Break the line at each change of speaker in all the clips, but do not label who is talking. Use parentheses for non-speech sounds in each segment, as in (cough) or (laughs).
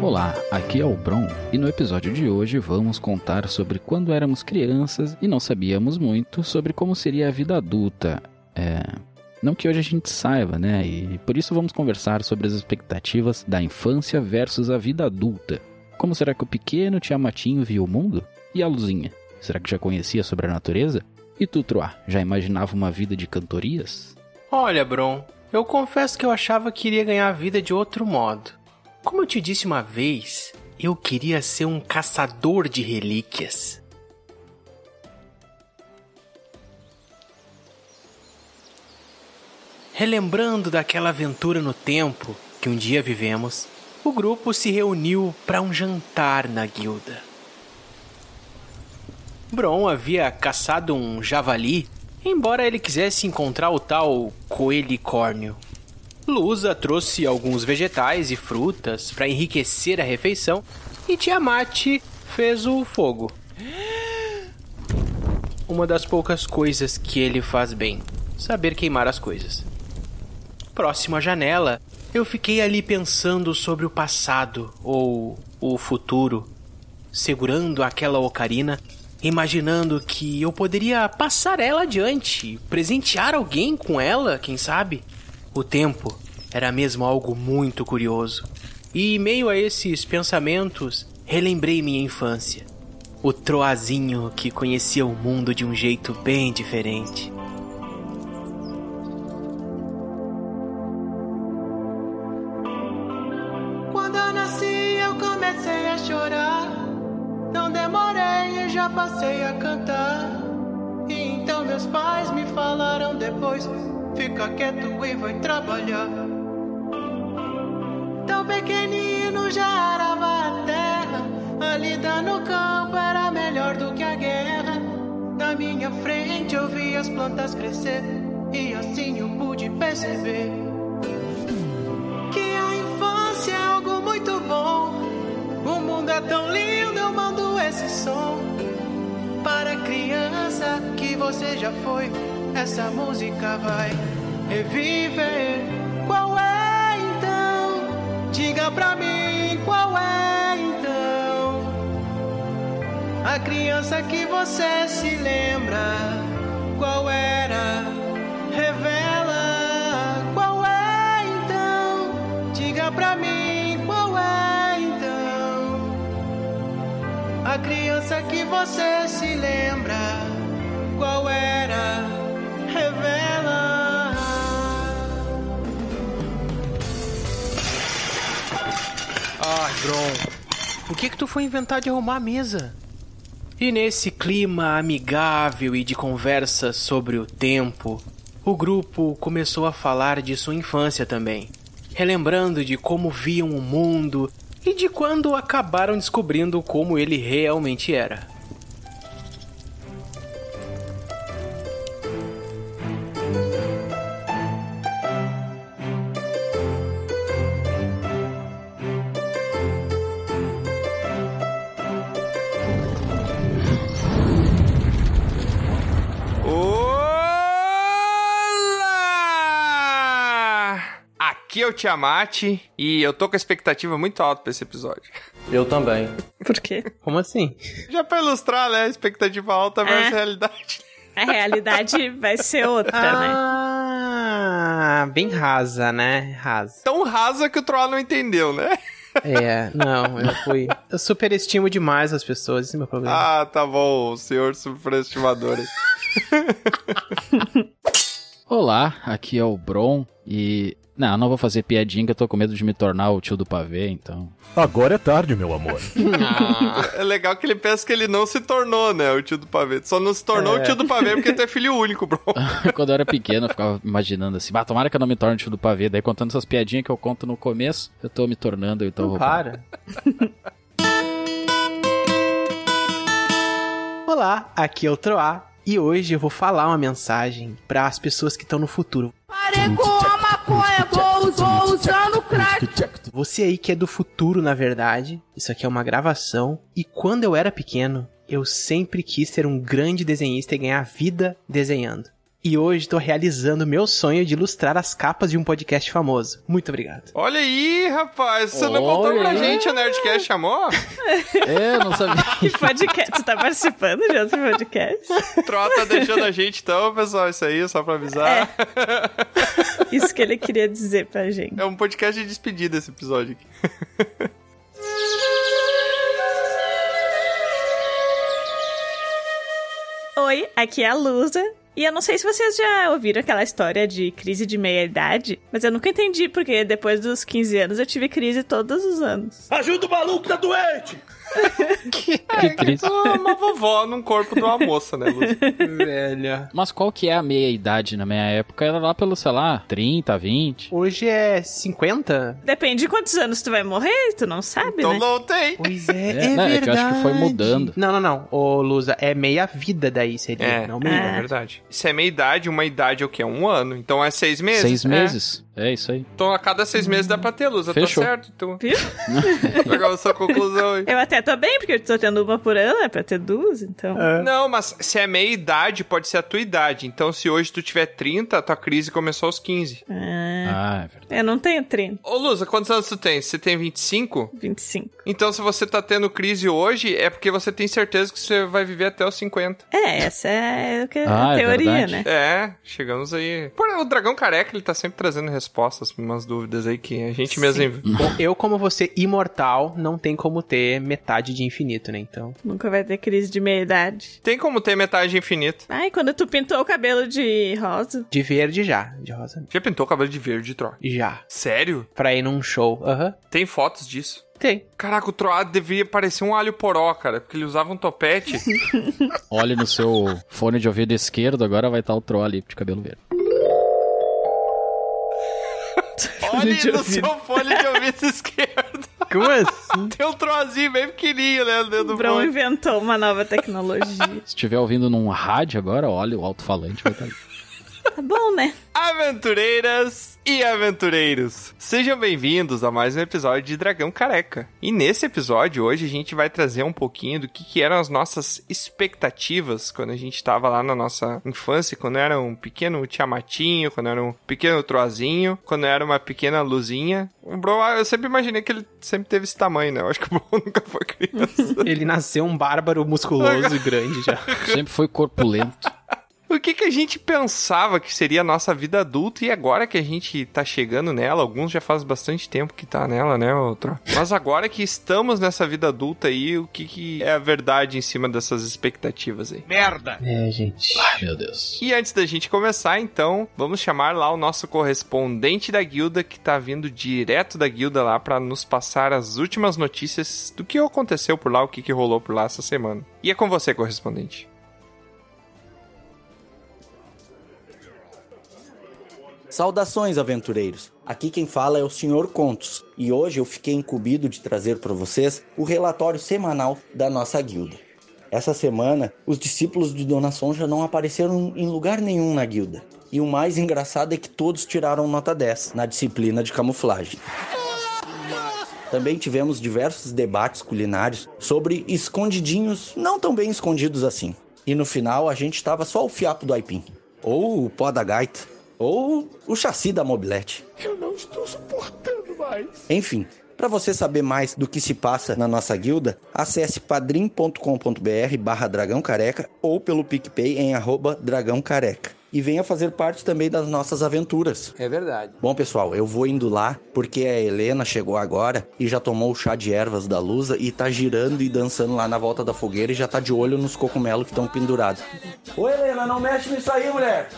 Olá, aqui é o Bron e no episódio de hoje vamos contar sobre quando éramos crianças e não sabíamos muito sobre como seria a vida adulta. É, não que hoje a gente saiba, né? E por isso vamos conversar sobre as expectativas da infância versus a vida adulta. Como será que o pequeno Tiamatinho viu o mundo? E a luzinha? Será que já conhecia sobre a natureza? E tu, Troá, já imaginava uma vida de cantorias?
Olha, Bron, eu confesso que eu achava que iria ganhar a vida de outro modo. Como eu te disse uma vez, eu queria ser um caçador de relíquias. Relembrando daquela aventura no tempo que um dia vivemos, o grupo se reuniu para um jantar na guilda. Bron havia caçado um javali, embora ele quisesse encontrar o tal coelicórnio. Lusa trouxe alguns vegetais e frutas para enriquecer a refeição e Tiamat fez o fogo. Uma das poucas coisas que ele faz bem: saber queimar as coisas. Próximo à janela, eu fiquei ali pensando sobre o passado ou o futuro, segurando aquela ocarina, imaginando que eu poderia passar ela adiante, presentear alguém com ela, quem sabe? O tempo era mesmo algo muito curioso. E, em meio a esses pensamentos, relembrei minha infância. O Troazinho que conhecia o mundo de um jeito bem diferente.
Quando eu nasci, eu comecei a chorar. Não demorei e já passei a cantar. E então meus pais me falaram depois: fica quieto e vai trabalhar. Tão pequenino já arava a terra. A lida no campo era melhor do que a guerra. Na minha frente eu vi as plantas crescer. E assim eu pude perceber que a infância é algo muito bom. O mundo é tão lindo, eu mando esse som. Para a criança que você já foi, essa música vai reviver. Qual é então? Diga pra mim qual é então? A criança que você se lembra, qual era? Revela qual é então? Diga pra mim qual é então? A criança que você se lembra, qual era? Revela.
Ai, Bron, o que que tu foi inventar de arrumar a mesa? E nesse clima amigável e de conversa sobre o tempo, o grupo começou a falar de sua infância também, relembrando de como viam o mundo e de quando acabaram descobrindo como ele realmente era.
Olá! Aqui é o Tiamat e eu tô com a expectativa muito alta pra esse episódio.
Eu também.
Por quê?
Como assim?
Já pra ilustrar, né? Expectativa alta versus realidade.
A realidade vai ser outra, né?
Ah, bem rasa, né? Rasa.
Tão rasa que o Troll não entendeu, né?
É, não, eu fui. Eu superestimo demais as pessoas, esse é meu problema.
Ah, tá bom, o senhor (laughs) superestimador. aí.
Olá, aqui é o Bron e. Não, eu não vou fazer piadinha que eu tô com medo de me tornar o tio do pavê, então. (laughs)
Agora é tarde, meu amor.
É legal que ele pensa que ele não se tornou, né? O tio do pavê. Só não se tornou o tio do pavê porque tu é filho único, (laughs) bro.
quando eu era pequeno, eu ficava imaginando assim, bah, tomara que eu não me torne o tio do pavê. Daí contando essas piadinhas que eu conto no começo, eu tô me tornando, então eu vou.
Para. (laughs) Olá, aqui é o Troá e hoje eu vou falar uma mensagem para as pessoas que estão no futuro.
Parei com a maconha, vou, vou usando crack.
Você aí que é do futuro, na verdade, isso aqui é uma gravação. E quando eu era pequeno, eu sempre quis ser um grande desenhista e ganhar vida desenhando. E hoje tô realizando meu sonho de ilustrar as capas de um podcast famoso. Muito obrigado.
Olha aí, rapaz. Você não contou pra
Olha aí.
gente, o Nerdcast chamou?
É, eu não sabia.
Que
(laughs)
podcast? Tu tá participando de outro podcast?
Trota tá deixando a gente então, pessoal. Isso aí, só pra avisar.
Isso que ele queria dizer pra gente.
É um podcast de despedida esse episódio aqui.
Oi, aqui é a Lusa. E eu não sei se vocês já ouviram aquela história de crise de meia-idade, mas eu nunca entendi, porque depois dos 15 anos eu tive crise todos os anos.
Ajuda o maluco, tá doente!
Que triste.
Tô Ah, uma vovó num corpo de uma moça, né, Luz?
Velho.
Mas qual que é a meia-idade na minha época? Era lá pelo, sei lá, 30, 20.
Hoje é 50?
Depende de quantos anos tu vai morrer, tu não sabe,
Então
né?
não tem.
Pois é,
É, né, é que eu acho que foi mudando.
Não, não, não. Ô, Lusa, é meia vida daí, seria.
É,
Não
é,
meia.
verdade. Se é meia idade, uma idade é o quê? Um ano. Então é seis meses.
Seis
É.
meses? É. isso aí.
Então a cada seis meses dá pra ter luz. Tá
Fechou.
certo, tu.
Viu?
Pegava sua conclusão aí.
Eu até tô bem, porque eu tô tendo uma por ano, é pra ter duas, então.
Não, mas se é meia idade, pode ser a tua idade. Então, se hoje tu tiver 30, a tua crise começou aos 15.
Ah, é verdade.
Eu não tenho 30,
Ô, Lusa, quantos anos tu tem? Você tem 25?
25.
Então, se você tá tendo crise hoje, é porque você tem certeza que você vai viver até os 50.
É, essa é o que-
Ah,
a
é
teoria,
verdade.
né?
É, chegamos aí. Pô, o Dragão Careca, ele tá sempre trazendo respostas pra umas dúvidas aí que a gente mesmo... inv-
Bom, eu, como você imortal, não tem como ter metade de infinito, né? Então.
Nunca vai ter crise de meia-idade.
Tem como ter metade infinita.
Ai, quando tu pintou o cabelo de rosa.
De verde já. De rosa não.
Já pintou o cabelo de verde, Troa?
Já.
Sério?
Pra ir num show. Aham.
Tem fotos disso?
Tem.
Caraca, o Troá deveria parecer um alho poró, cara, porque ele usava um topete.
Olhe no seu fone de ouvido esquerdo, agora vai estar o troll ali de cabelo verde.
Olhe
de
assim-
no
ouvido.
seu fone de ouvido (laughs) esquerdo.
Como assim?
Tem um trozinho bem pequenininho, né, dentro
O
do
Bron
fone.
inventou uma nova tecnologia. (laughs)
Se estiver ouvindo num rádio agora, olha o alto-falante vai estar
(laughs)
ali.
Tá bom, né?
Aventureiras e aventureiros, sejam bem-vindos a mais um episódio de Dragão Careca. E nesse episódio, hoje, a gente vai trazer um pouquinho do que, que eram as nossas expectativas quando a gente tava lá na nossa infância, quando era um pequeno Tiamatinho, quando era um pequeno Troazinho, quando era uma pequena Luzinha. O Bro, eu sempre imaginei que ele sempre teve esse tamanho, né? Eu acho que o Bro (laughs) nunca foi criança.
Ele nasceu um bárbaro musculoso e grande já.
Sempre foi corpulento.
O que, que a gente pensava que seria a nossa vida adulta e agora que a gente tá chegando nela, alguns já faz bastante tempo que tá nela, né, outro. Mas agora que estamos nessa vida adulta aí, o que, que é a verdade em cima dessas expectativas aí?
É, gente.
Ai, meu Deus.
E antes da gente começar, então, vamos chamar lá o nosso correspondente da guilda que tá vindo direto da guilda lá pra nos passar as últimas notícias do que aconteceu por lá, o que, que rolou por lá essa semana. E é com você, correspondente.
Saudações, aventureiros! Aqui quem fala é o Sr. Contos e hoje eu fiquei incumbido de trazer para vocês o relatório semanal da nossa guilda. Essa semana, os discípulos de Dona Sonja não apareceram em lugar nenhum na guilda. E o mais engraçado é que todos tiraram nota 10 na disciplina de camuflagem. Também tivemos diversos debates culinários sobre escondidinhos não tão bem escondidos assim. E no final a gente tava só o fiapo do aipim, ou o pó da gaita, ou o chassi da mobilete. Eu não estou suportando mais. Enfim, para você saber mais do que se passa na nossa guilda, acesse padrim.com.br barra dragão careca ou pelo PicPay em arroba dragão careca. E venha fazer parte também das nossas aventuras. Bom, pessoal, eu vou indo lá porque a Helena chegou agora e já tomou o chá de ervas da Lusa e tá girando e dançando lá na volta da fogueira e já tá de olho nos cogumelos que estão pendurados. Ô, Helena, não mexe nisso aí, mulher!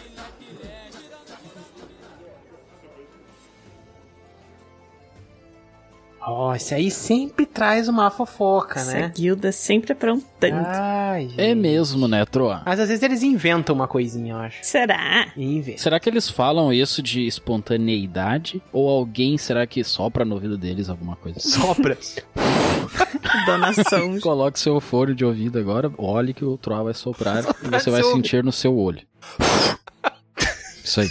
Ó, esse aí sempre traz uma fofoca,
Essa
né?
guilda sempre aprontando.
Ai,
É
gente.
mesmo, né, Troa?
Mas às vezes eles inventam uma coisinha, eu acho.
Será?
Inventam.
Será que eles falam isso de espontaneidade? Ou alguém, será que sopra no ouvido deles alguma coisa?
Sopra.
(laughs) Dona Sonja.
Coloque seu fone de ouvido agora, olhe que o Troll vai soprar e você vai
seu
sentir no seu (laughs) olho. Isso aí.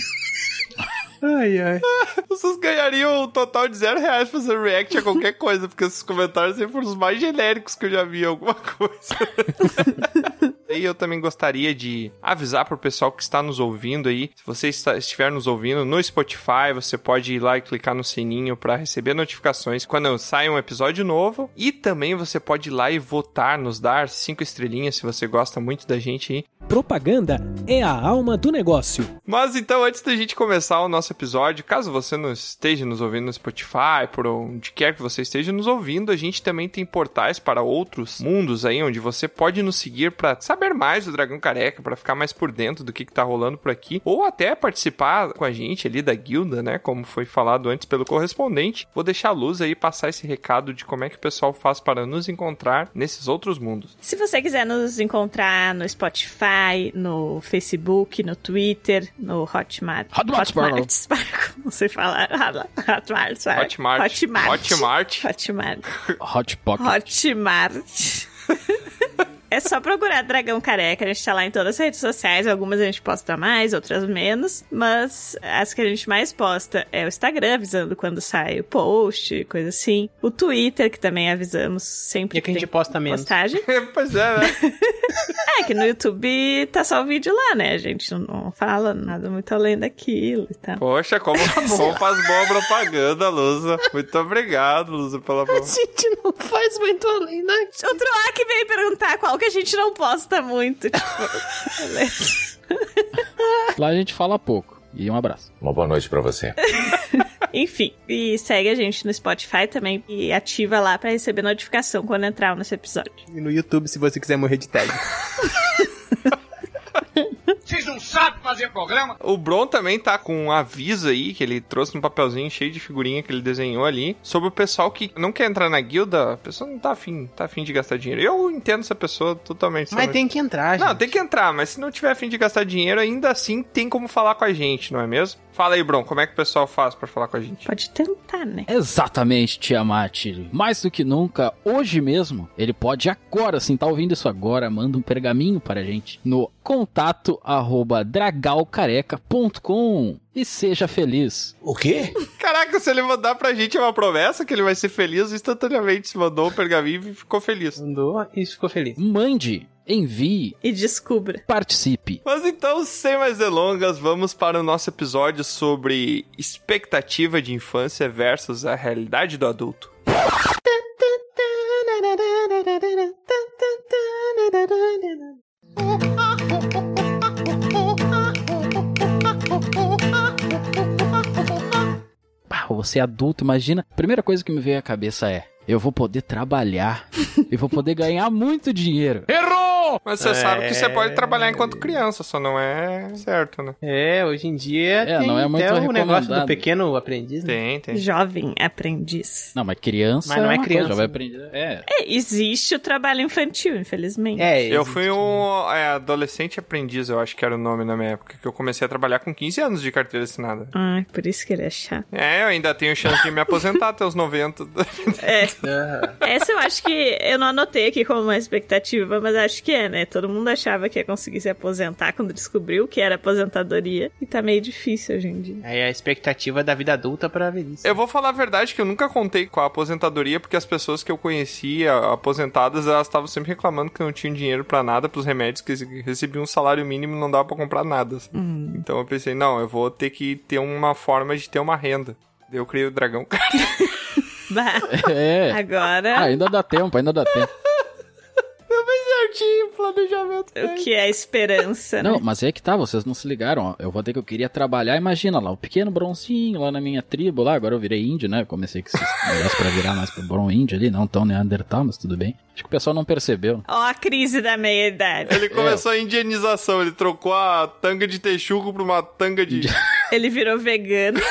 Ai, ai.
Vocês ganhariam um total de zero reais pra fazer react
(laughs)
a qualquer (laughs) coisa, porque esses comentários sempre foram os mais genéricos que eu já vi em alguma coisa. E eu também gostaria de avisar pro pessoal que está nos ouvindo aí, se você está- estiver nos ouvindo no Spotify, você pode ir lá e clicar no sininho para receber notificações quando sai um episódio novo. E também você pode ir lá e votar, nos dar cinco estrelinhas se você gosta muito da gente aí.
Propaganda é a alma do negócio.
Mas então, antes da gente começar o nosso episódio, caso você não esteja nos ouvindo no Spotify, por onde quer que você esteja nos ouvindo, a gente também tem portais para outros mundos aí, onde você pode nos seguir para saber mais do Dragão Careca, para ficar mais por dentro do que, que tá rolando por aqui, ou até participar com a gente ali da guilda, né? Como foi falado antes pelo correspondente. Vou deixar a luz aí passar esse recado de como é que o pessoal faz para nos encontrar nesses outros mundos.
Se você quiser nos encontrar no Spotify, no Facebook, no Twitter, no Hotmart.
Hotmart Sparkle.
Sparkle, (laughs) Não sei falar. Hotmart Sparkle.
Hotmart.
Tá. Hotmart. (laughs)
Hotmart.
Hotmart.
Hot Pocket.
Hotmart. (laughs) É só procurar Dragão Careca, a gente tá lá em todas as redes sociais, algumas a gente posta mais, outras menos, mas as que a gente mais posta é o Instagram, avisando quando sai o post, coisa assim. O Twitter, que também avisamos
E
sempre
é que a
tem
gente posta menos.
postagem.
pois é, né?
É, que no YouTube tá só o vídeo lá, né? A gente não- não fala nada muito além daquilo e tal.
Poxa, como, como faz boa propaganda, Lusa. Muito obrigado, Lusa, pela
A gente não faz muito além da
Outro lá que veio perguntar qual que a gente não posta muito. Tipo, beleza.
Lá a gente fala pouco. E um abraço.
Uma boa noite pra você.
Enfim, e segue a gente no Spotify também e ativa lá pra receber notificação quando entrar o nosso episódio.
E no YouTube, se você quiser morrer de tag.
Vocês não sabem fazer programa?
O Bron também tá com um aviso aí, que ele trouxe um papelzinho cheio de figurinha que ele desenhou ali, sobre o pessoal que não quer entrar na guilda, a pessoa não tá afim, tá afim de gastar dinheiro. Eu entendo essa pessoa totalmente.
Mas
sabe?
tem que entrar, gente.
Não, tem que entrar, mas se não tiver afim de gastar dinheiro, ainda assim tem como falar com a gente, não é mesmo? Fala aí, Bron, como é que o pessoal faz pra falar com a gente?
Pode tentar, né?
Exatamente, Tiamat. Mais do que nunca, hoje mesmo, ele pode agora, sim, tá ouvindo isso agora, manda um pergaminho para a gente no contato arroba dragalcareca.com e seja feliz.
O quê?
(laughs) Caraca, se ele mandar pra gente é uma promessa que ele vai ser feliz instantaneamente. Se mandou o pergaminho e ficou feliz.
Andou e ficou feliz.
Mande, envie,
E descubra.
participe.
Mas então, sem mais delongas, vamos para o nosso episódio sobre expectativa de infância versus a realidade do adulto.
Pá, você é adulto, imagina. Primeira coisa que me veio à cabeça é: eu vou poder trabalhar, (laughs) eu vou poder ganhar muito dinheiro.
Mas você sabe que você pode trabalhar enquanto criança, só não é certo, né?
É, hoje em dia
É,
tem
não é muito
até o negócio
recomendado.
do pequeno aprendiz, né?
Tem, tem.
Jovem aprendiz.
Não, mas criança.
Mas não
uma
é
coisa,
criança,
já vai
né?
aprender.
(laughs)
É.
É, existe o trabalho infantil, infelizmente.
É,
Eu
existe.
fui um é, adolescente aprendiz, eu acho que era o nome na minha época, que eu comecei a trabalhar com 15 anos de carteira assinada.
Ai, por isso que ele é chato.
É, eu ainda tenho chance de me aposentar até os 90.
É,
Ah,
essa eu acho que eu não anotei aqui como uma expectativa, mas acho que é, né? Todo mundo achava que ia conseguir se aposentar quando descobriu que era aposentadoria. E tá meio difícil hoje em dia.
Aí a expectativa da vida adulta pra velhice.
Eu vou falar a verdade que eu nunca contei com a aposentadoria, porque as pessoas que eu conhecia aposentadas, elas estavam sempre reclamando que não tinham dinheiro pra nada, pros remédios, que recebiam um salário mínimo e não dava pra comprar nada. assim. Então eu pensei, não, eu vou ter que ter uma forma de ter uma renda. Daí Eu criei o dragão. (laughs)
Bah,
É.
agora.
Ah, ainda dá tempo, ainda dá tempo.
Certinho, planejamento.
O que é esperança, né?
Não, mas é que tá, vocês não se ligaram. ó. Eu vou ter que eu queria trabalhar, imagina lá, o pequeno bronzinho lá na minha tribo lá, agora eu virei índio, né? Eu comecei com esses (laughs) negócios pra virar mais pro bron índio ali, não tão neandertal, mas tudo bem. Acho que o pessoal não percebeu.
Ó, a crise da meia-idade.
Ele começou a indianização, ele trocou a tanga de texugo pra uma tanga de.
Ele
(laughs)
virou vegano.
(laughs)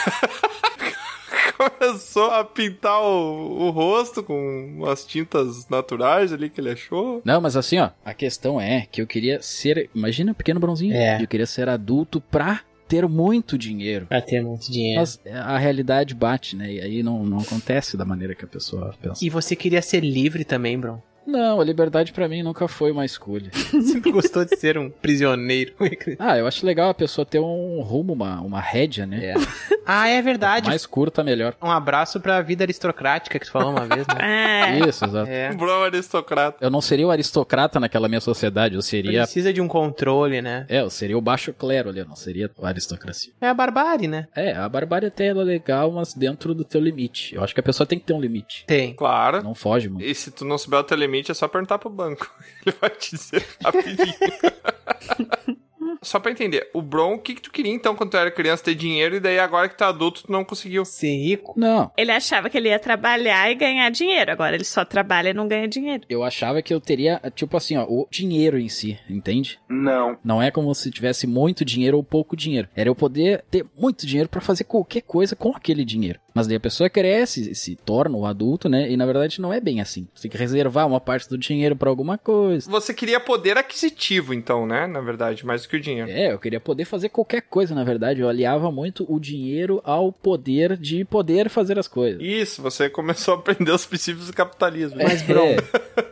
começou a pintar o, o rosto com umas tintas naturais ali que ele achou.
Não, mas assim, ó, a questão é que eu queria ser. Imagina, pequeno bronzinho.
É.
Eu queria ser adulto pra ter muito dinheiro.
Pra ter muito dinheiro.
Mas a realidade bate, né? E aí não, não acontece da maneira que a pessoa pensa.
E você queria ser livre também, Bron.
Não, a liberdade pra mim nunca foi uma escolha.
Sempre gostou de ser um prisioneiro.
Ah, eu acho legal a pessoa ter um rumo, uma, uma rédea, né?
(laughs) Ah, é verdade.
Mais curta, melhor.
Um abraço pra vida aristocrática que tu falou uma vez, né?
É.
Isso, exato.
É.
O Bruno é um aristocrata.
Eu não seria o aristocrata naquela minha sociedade, eu seria.
Precisa de um controle, né?
É, eu seria o baixo clero ali, eu não seria a aristocracia.
É a barbárie, né?
É, a barbárie até ela é legal, mas dentro do teu limite. Eu acho que a pessoa tem que ter um limite.
Tem.
Claro.
Não foge muito.
E se tu não souber o teu limite, é só perguntar pro banco. (laughs) Ele vai te dizer rapidinho. (laughs) só pra entender, o Bron, o que, que tu queria então quando tu era criança ter dinheiro e daí agora que tu é adulto tu não conseguiu?
Ser rico.
Não,
Ele achava que ele ia trabalhar e ganhar dinheiro. Agora ele só trabalha e não ganha dinheiro.
eu achava que eu teria, tipo assim, ó, o dinheiro em si, entende?
Não.
Não é como se tivesse muito dinheiro ou pouco dinheiro. Era eu poder ter muito dinheiro pra fazer qualquer coisa com aquele dinheiro. Mas daí a pessoa cresce, se torna um adulto, né? E na verdade não é bem assim. Você tem que reservar uma parte do dinheiro pra alguma coisa.
Você queria poder aquisitivo então, né? Na verdade, mais do que o dinheiro.
É, eu queria poder fazer qualquer coisa, na verdade. Eu aliava muito o dinheiro ao poder de poder fazer as coisas.
Isso, você começou a aprender os princípios do capitalismo.
É.
Mas, bro,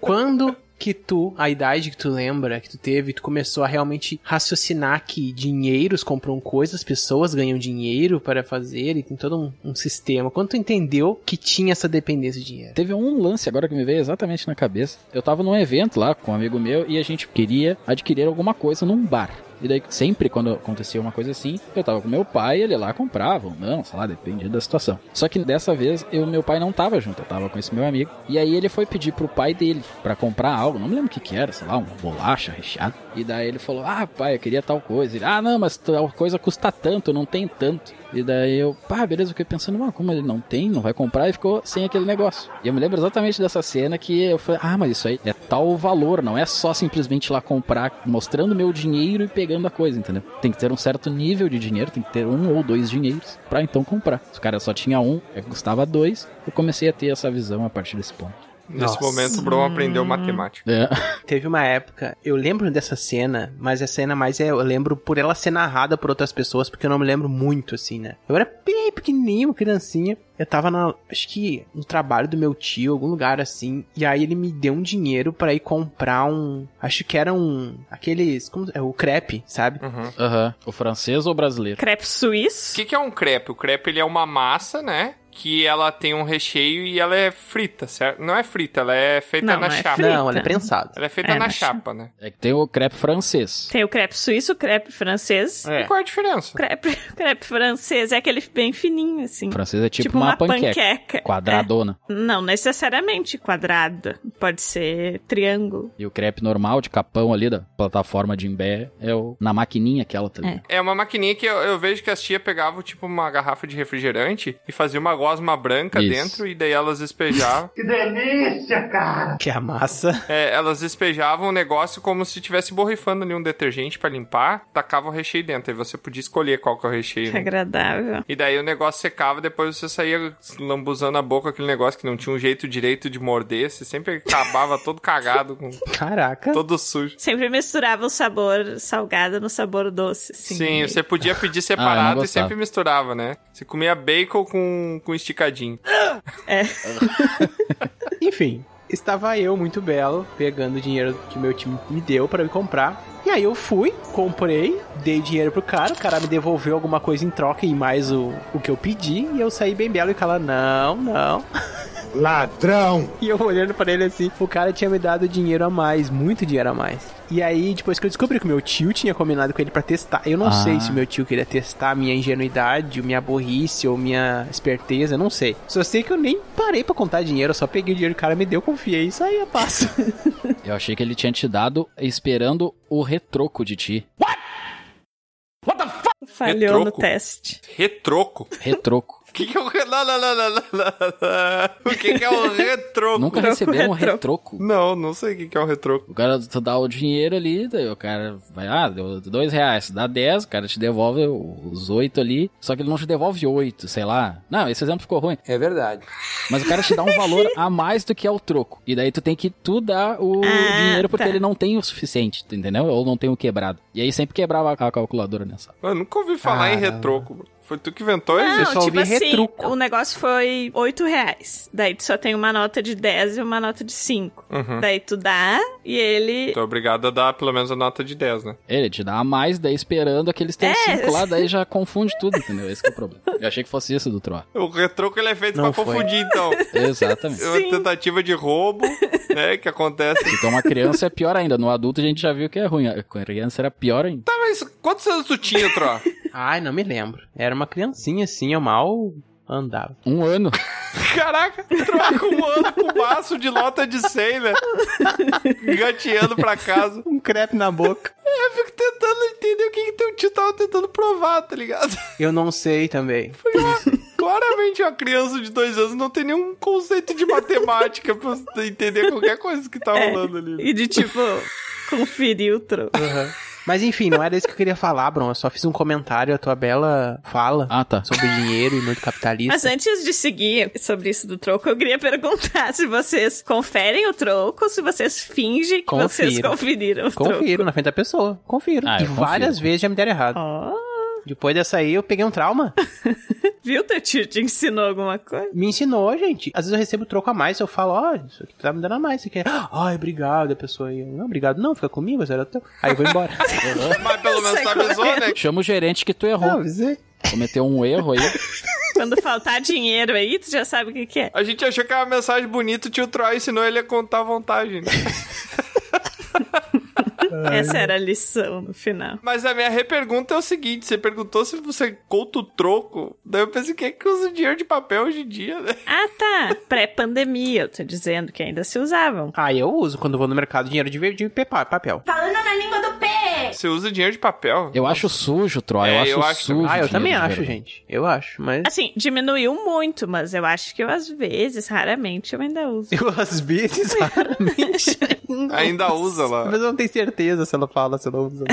Quando que tu, a idade que tu lembra, que tu teve, tu começou a realmente raciocinar que dinheiros compram coisas, pessoas ganham dinheiro para fazer e tem todo um, um sistema. Quando tu entendeu que tinha essa dependência de dinheiro?
Teve um lance agora que me veio exatamente na cabeça. Eu tava num evento lá com um amigo meu e a gente queria adquirir alguma coisa num bar. E daí, sempre quando acontecia uma coisa assim, eu tava com meu pai, ele lá comprava, ou não, sei lá, dependia da situação. Só que dessa vez, eu meu pai não tava junto, eu tava com esse meu amigo. E aí ele foi pedir pro pai dele pra comprar algo, não me lembro o que que era, sei lá, uma bolacha recheada. E daí ele falou, ah, pai, eu queria tal coisa. Ele, ah, não, mas tal coisa custa tanto, eu não tem tanto. E daí eu, pá, beleza, eu fiquei pensando, ah, como ele não tem, não vai comprar, e ficou sem aquele negócio. E eu me lembro exatamente dessa cena que eu falei, ah, mas isso aí é tal valor, não é só simplesmente ir lá comprar, mostrando meu dinheiro e pegando a coisa, entendeu? Tem que ter um certo nível de dinheiro, tem que ter um ou dois dinheiros pra então comprar. Se o cara só tinha um, é, custava dois, eu comecei a ter essa visão a partir desse ponto.
Nesse
Nossa.
momento, o Bron aprendeu matemática.
É. (laughs)
Teve uma época, eu lembro dessa cena, mas a cena mais é, eu lembro por ela ser narrada por outras pessoas, porque eu não me lembro muito, assim, né? Eu era bem pequenininho, criancinha. Eu tava na, acho que, um trabalho do meu tio, algum lugar assim, e aí ele me deu um dinheiro pra ir comprar um, acho que era um, aqueles, como, é, o crepe, sabe?
Uhum.
Aham. O francês ou o brasileiro?
Crepe
O
suíço?
que, que é um crepe? O crepe ele é uma massa, né? Que ela tem um recheio e ela é frita, certo? Não é frita, ela é feita
Não,
na
não é
chapa.
frita.
Não, ela é prensada.
Ela é feita
É,
na
na
chapa, né?
É que tem o crepe francês.
Tem o crepe suíço, o crepe francês.
E qual é a diferença?
O crepe, (laughs) o crepe francês é aquele bem fininho, assim.
O francês é tipo, uma, panqueca. Quadradona.
Não necessariamente quadrado. Pode ser triângulo.
E o crepe normal de capão ali da plataforma de Imbé é o na maquininha aquela tá também.
É.
É uma maquininha que eu, eu vejo que as tia pegavam, tipo, uma garrafa de refrigerante e fazia uma gosma branca
Isso.
dentro e daí elas despejavam.
(laughs) Que delícia, cara!
Que é a massa.
É, elas despejavam o negócio como se estivesse borrifando ali um detergente pra limpar, tacava o recheio dentro. Aí você podia escolher qual que é o recheio.
Que
né?
agradável.
E daí o negócio secava, depois você saía lambuzando a boca aquele negócio que não tinha um jeito direito de morder, você sempre acabava todo cagado, com
Caraca.
todo sujo.
Sempre misturava o sabor salgado no sabor doce.
Sim,
Assim.
você podia
Ah,
pedir
eu
separado
não
e sempre
gostava.
misturava, né? Você comia bacon com, com esticadinho.
Enfim, estava eu muito belo, pegando o dinheiro que meu time me deu pra me comprar. E aí eu fui, comprei, dei dinheiro pro cara, o cara me devolveu alguma coisa em troca e mais o, o que eu pedi, e eu saí bem belo e o cara, não, não. (laughs)
Ladrão!
E eu olhando pra ele assim, o cara tinha me dado dinheiro a mais, muito dinheiro a mais. E aí, depois que eu descobri que meu tio tinha combinado com ele pra testar, eu não
Ah.
sei se meu tio queria testar minha ingenuidade, minha burrice ou minha esperteza, eu não sei. Só sei que eu nem parei pra contar dinheiro, eu só peguei o dinheiro que o cara me deu, confiei e saí a passo.
Eu achei que ele tinha te dado esperando o retroco de ti.
Falhou no
Retroco.
teste.
Retroco?
Retroco.
O que, que é o. re- Lá, lá, lá, lá, lá, lá, lá. O que, que é (laughs) o retroco?
Nunca receberam um retroco.
Não, não sei o que, que é o retroco.
O cara tu dá o dinheiro ali, daí o cara vai, ah, deu dois reais, dá dez, o cara te devolve os oito ali, só que ele não te devolve oito, sei lá. Não, esse exemplo ficou ruim.
É verdade.
Mas o cara te dá um valor a mais do que é o troco. E daí tu tem que tu dar o
Ah,
dinheiro porque
tá.
ele não tem o suficiente, tu entendeu? Ou não tem o quebrado. E aí sempre quebrava a calculadora nessa.
Eu nunca ouvi falar em
Caramba.
retroco. Foi tu que inventou
Não,
isso?
só
tipo
ouvi
assim,
retruco.
o negócio foi 8 reais. Daí tu só tem uma nota de 10 e uma nota de 5.
Uhum.
Daí tu dá e ele.
Tô obrigado a dar pelo menos a nota de 10, né?
Ele te dá a mais, daí esperando aqueles
É.
teus cinco lá, daí já confunde tudo, entendeu? Esse que é o problema. Eu achei que fosse isso do Troá.
O retruco ele é feito
Não
pra
foi.
confundir, então.
Exatamente.
É uma tentativa de roubo, né? Que acontece.
Então uma criança é pior ainda. No adulto a gente já viu que é ruim. A criança era pior ainda.
Tá, mas quantos anos tu tinha, Tro?
Ai, não me lembro. Era uma criancinha assim, eu mal andava.
Um ano.
Caraca, troca um ano com maço de lota de 100, né? Gateando pra casa.
Um crepe na boca.
Eu fico tentando entender o que, que teu tio tava tentando provar, tá ligado?
(laughs) Eu não sei também.
Claramente uma criança de dois anos não tem nenhum conceito de matemática pra você entender qualquer coisa que tá
É.
rolando ali. né?
E de tipo, conferir o troco.
Mas enfim, não era isso que eu queria falar, Bron. Eu só fiz um comentário à tua bela fala
Ah, tá.
sobre dinheiro e muito capitalista.
Mas é antes de seguir sobre isso do troco, eu queria perguntar se vocês conferem o troco ou se vocês fingem que
Confiro.
vocês conferiram o troco.
Confiro na frente da pessoa. Confiro.
Ah,
e
eu confiro.
várias vezes já me deram errado.
Ó,
Depois dessa aí, eu peguei um trauma.
viu, teu tio te ensinou alguma coisa?
Me ensinou, gente. Às vezes eu recebo troco a mais, eu falo, ó, isso aqui tá me dando a mais. Você quer? Ai, obrigado. A pessoa aí, não, obrigado não, fica comigo, zero teu. Aí eu
(laughs)
vou embora.
Mas pelo menos tu avisou, né?
Chama o gerente que tu
não,
errou.
avisei.
Cometeu um erro aí.
Quando faltar dinheiro aí, tu já sabe o que, que é.
A gente achou que era uma mensagem bonita, o tio Troy ensinou ele a contar à vontade. Né?
Essa era a lição no final.
Mas a minha repergunta é o seguinte: você perguntou se você conta o troco. Daí eu pensei, quem é que usa dinheiro de papel hoje em dia, né?
Ah, tá. Pré-pandemia, eu tô dizendo que ainda se usavam.
Ah, eu uso quando eu vou no mercado dinheiro de, ver- de pepa- papel.
Você usa dinheiro de papel?
Eu acho sujo, Troá. Eu
É,
acho
eu acho
sujo.
Ah, eu
dinheiro
também
de
acho,
verdade.
gente. Eu acho, mas.
Assim, diminuiu muito, mas eu acho que eu, às vezes, raramente, eu ainda uso.
(laughs)
um
Eu às (laughs) vezes raramente.
Ainda usa lá.
Mas eu não tenho certeza se ela fala, se ela (laughs) usa.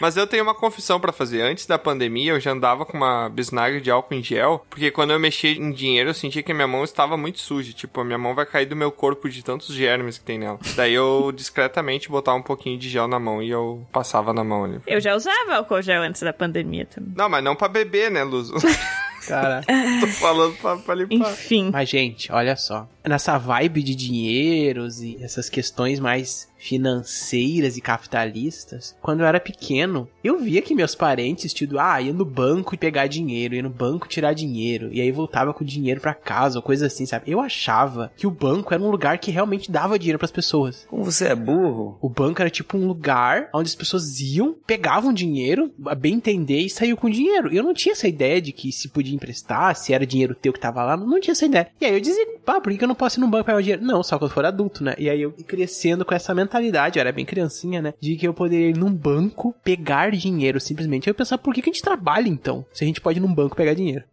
Mas eu tenho uma confissão pra fazer. Antes da pandemia, eu já andava com uma bisnaga de álcool em gel, porque quando eu mexia em dinheiro, eu sentia que a minha mão estava muito suja. Tipo, a minha mão vai cair do meu corpo de tantos germes que tem nela. Daí eu (laughs) discretamente botava um pouquinho de gel na mão e eu passava na mão ali.
Eu já usava álcool gel antes da pandemia também.
Não, mas não pra beber, né, Luz? (laughs)
Cara.
Tô falando pra, pra limpar.
Enfim.
Mas, gente, olha só. Nessa vibe de dinheiros e essas questões mais financeiras e capitalistas, quando eu era pequeno, eu via que meus parentes, tido, ah, ia no banco e pegar dinheiro, ia no banco tirar dinheiro, e aí voltava com o dinheiro pra casa, ou coisa assim, sabe? Eu achava que o banco era um lugar que realmente dava dinheiro pras pessoas.
Como você é burro?
O banco era tipo um lugar onde as pessoas iam, pegavam dinheiro, a bem entender, e saiu com dinheiro. Eu não tinha essa ideia de que se podia emprestar, se era dinheiro teu que tava lá, não tinha essa ideia. E aí eu dizia, pá, por que que eu não posso ir num banco pegar o dinheiro? Não, só quando eu for adulto, né? E aí eu fui crescendo com essa mentalidade, eu era bem criancinha, né? De que eu poderia ir num banco pegar dinheiro, simplesmente. Aí eu pensava, por que, que a gente trabalha então? Se a gente pode ir num banco pegar dinheiro.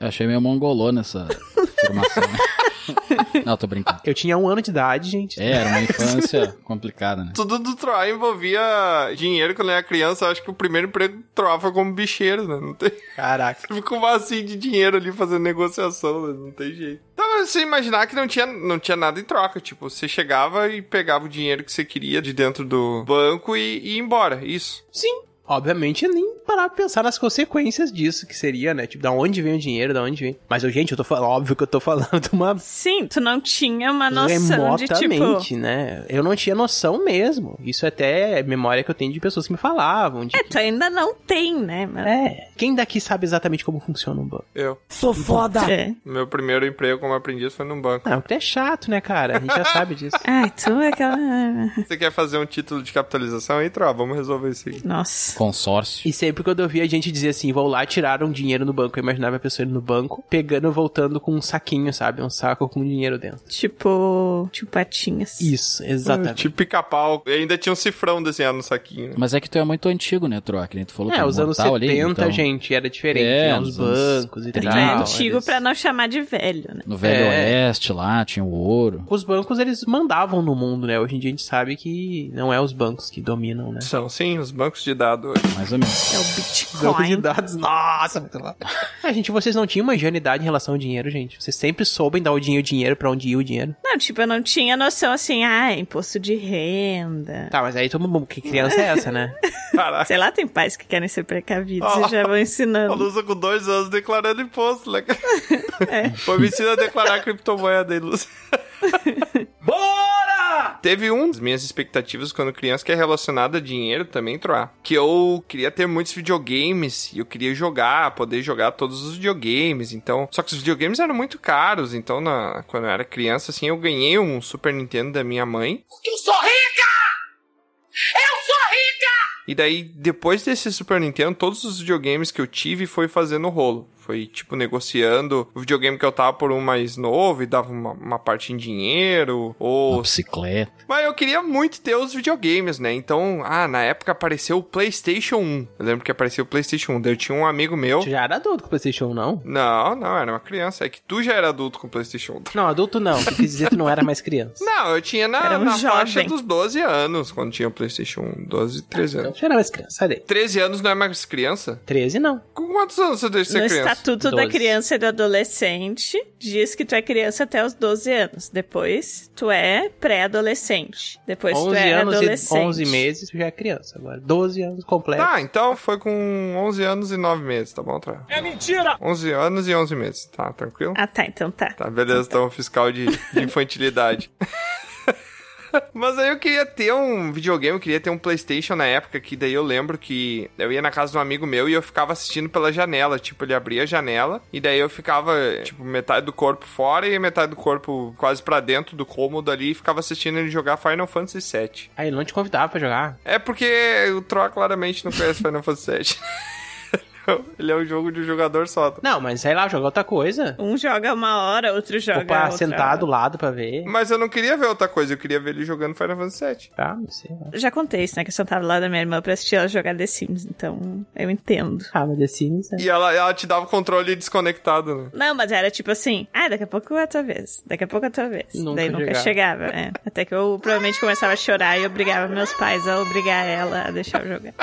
Eu achei meio mongolona essa afirmação. né? Não, tô brincando.
Eu tinha um ano de idade, gente.
É, era uma infância complicada, né?
Tudo do Troá envolvia dinheiro quando eu era criança. Eu acho que o primeiro emprego do Troá foi como bicheiro, né? Não tem...
Caraca.
Você fica um vacio de dinheiro ali fazendo negociação, né? não tem jeito. Tá, mas você imaginar que não tinha, não tinha nada em troca. Tipo, você chegava e pegava o dinheiro que você queria de dentro do banco e, e ia embora. Isso.
Sim. Obviamente, eu nem parar pra pensar nas consequências disso, que seria, né? Tipo, da onde vem o dinheiro, da onde vem. Mas, eu, gente, eu tô falando, óbvio que eu tô falando (laughs) de uma.
Sim, tu não tinha uma noção de tipo.
Remotamente, né? Eu não tinha noção mesmo. Isso até é memória que eu tenho de pessoas que me falavam. De
É,
que-
tu ainda não tem, né? Mas...
é. Quem daqui sabe exatamente como funciona um banco?
Eu.
Sou foda!
É.
Meu primeiro emprego como aprendiz foi num banco.
Não, porque é chato, né, cara? A gente já sabe disso.
Ai, tu é aquela. (laughs)
Você quer fazer um título de capitalização aí, Troá? Vamos resolver isso aí.
Nossa.
Consórcio.
E sempre quando eu via a gente dizer assim, vou lá tirar um dinheiro no banco, eu imaginava a pessoa indo no banco, pegando e voltando com um saquinho, sabe? Um saco com dinheiro dentro.
Tipo. Tipo patinhas.
Isso, exatamente.
Tipo pica-pau. E ainda tinha um cifrão desenhado no saquinho. né?
Mas é que tu é muito antigo, né, Troá? Que nem tu falou
É,
tu
os anos
mortal
70,
ali, então,
gente, era diferente,
É,
né?
nos
Os
anos
bancos e
30.
tal.
É
é
Não,
antigo
eles-
pra não chamar de velho, né?
No Velho
É.
Oeste lá, tinha o ouro.
Os bancos, eles mandavam no mundo, né? Hoje em dia a gente sabe que não é os bancos que dominam, né?
São, sim, os bancos de dados. controlador.
Mais ou menos.
É o
Banco de
Bitcoin.
dados, nossa, muito lá. Ah, gente, vocês não tinham uma ingenuidade em relação ao dinheiro, gente. Vocês sempre soubem de onde ia o dinheiro, pra onde ia o dinheiro.
Não, tipo, eu não tinha noção assim, ah, imposto de renda.
Tá, mas aí todo mundo, que criança é essa, (laughs) né?
Tá.
(laughs)
Caraca.
Sei lá, tem pais que querem ser precavidos
Ó,
Oh.
e já vão
A
ensinando.
Lusa com dois anos declarando imposto, né? Pô, me ensina a declarar criptomoeda aí, Lusa. Bora! Teve um das minhas expectativas quando criança que é relacionada a dinheiro também, Troá. Que eu queria ter muitos videogames e eu queria jogar, poder jogar todos os videogames. Então, só que os videogames eram muito caros. Então, na- quando eu era criança, assim, eu ganhei um Super Nintendo da minha mãe. E daí, depois desse Super Nintendo, todos os videogames que eu tive foi fazendo rolo. Foi, tipo, negociando o videogame que eu tava por um mais novo e dava uma, uma parte em dinheiro, ou...
Uma bicicleta.
Mas eu queria muito ter os videogames, né? Então, ah, na época apareceu o PlayStation 1. Eu lembro que apareceu o PlayStation 1. Daí eu tinha um amigo meu...
Tu já era adulto com o PlayStation 1, não?
Não, não, era uma criança. É que tu já era adulto com o PlayStation 1.
Não, adulto não. Tu quis dizer que tu não era mais criança.
Não, eu tinha na,
Era um
na faixa
jovem. Ah,
dos 12 anos, quando tinha o PlayStation 1. 12, 13
Não,
anos.
tu já era mais criança, sai
então.
daí.
13 anos não é mais criança?
13 não.
Com quantos anos você deixa de ser
No
criança?
Estatuto da
Doze.
Criança e do Adolescente, diz que tu é criança até os 12 anos. Depois, tu é pré-adolescente. Depois, tu
11
é
anos e
adolescente.
11 meses, tu já é criança agora. 12 anos completo.
Tá, então foi com 11 anos e 9 meses, tá bom, Tra? É mentira! 11 anos e 11 meses, tá, tranquilo?
Ah, tá, então tá.
Tá, beleza, então fiscal de, de infantilidade. Mas aí eu queria ter um videogame, eu queria ter um Playstation na época, que daí eu lembro que eu ia na casa de um amigo meu e eu ficava assistindo pela janela, tipo, ele abria a janela e daí eu ficava, tipo, metade do corpo fora e metade do corpo quase pra dentro do cômodo ali e ficava assistindo ele jogar Final Fantasy VII.
Aí ele não te convidava pra jogar.
É porque o Troa claramente não conhece Final Fantasy VII. (laughs) Ele é um jogo de um jogador só. tá?
Não, mas sei lá, jogar outra coisa.
Um joga uma hora, outro joga
Ou pra
outra
sentar do lado pra ver.
Mas eu não queria ver outra coisa, eu queria ver ele jogando Final Fantasy VII.
Ah,
Tá, não sei lá.
hora. Já contei isso, né? Que eu sentava lá da minha irmã pra assistir ela jogar The Sims, então eu entendo.
Ah, mas The Sims, né?
E ela, ela te dava o controle desconectado, né?
Não, mas era tipo assim, ah, daqui a pouco é a tua vez, daqui a pouco é a tua vez.
Nunca
Daí nunca
chegava.
chegava, é. Até que eu provavelmente começava a chorar e obrigava meus pais a obrigar ela a deixar eu jogar.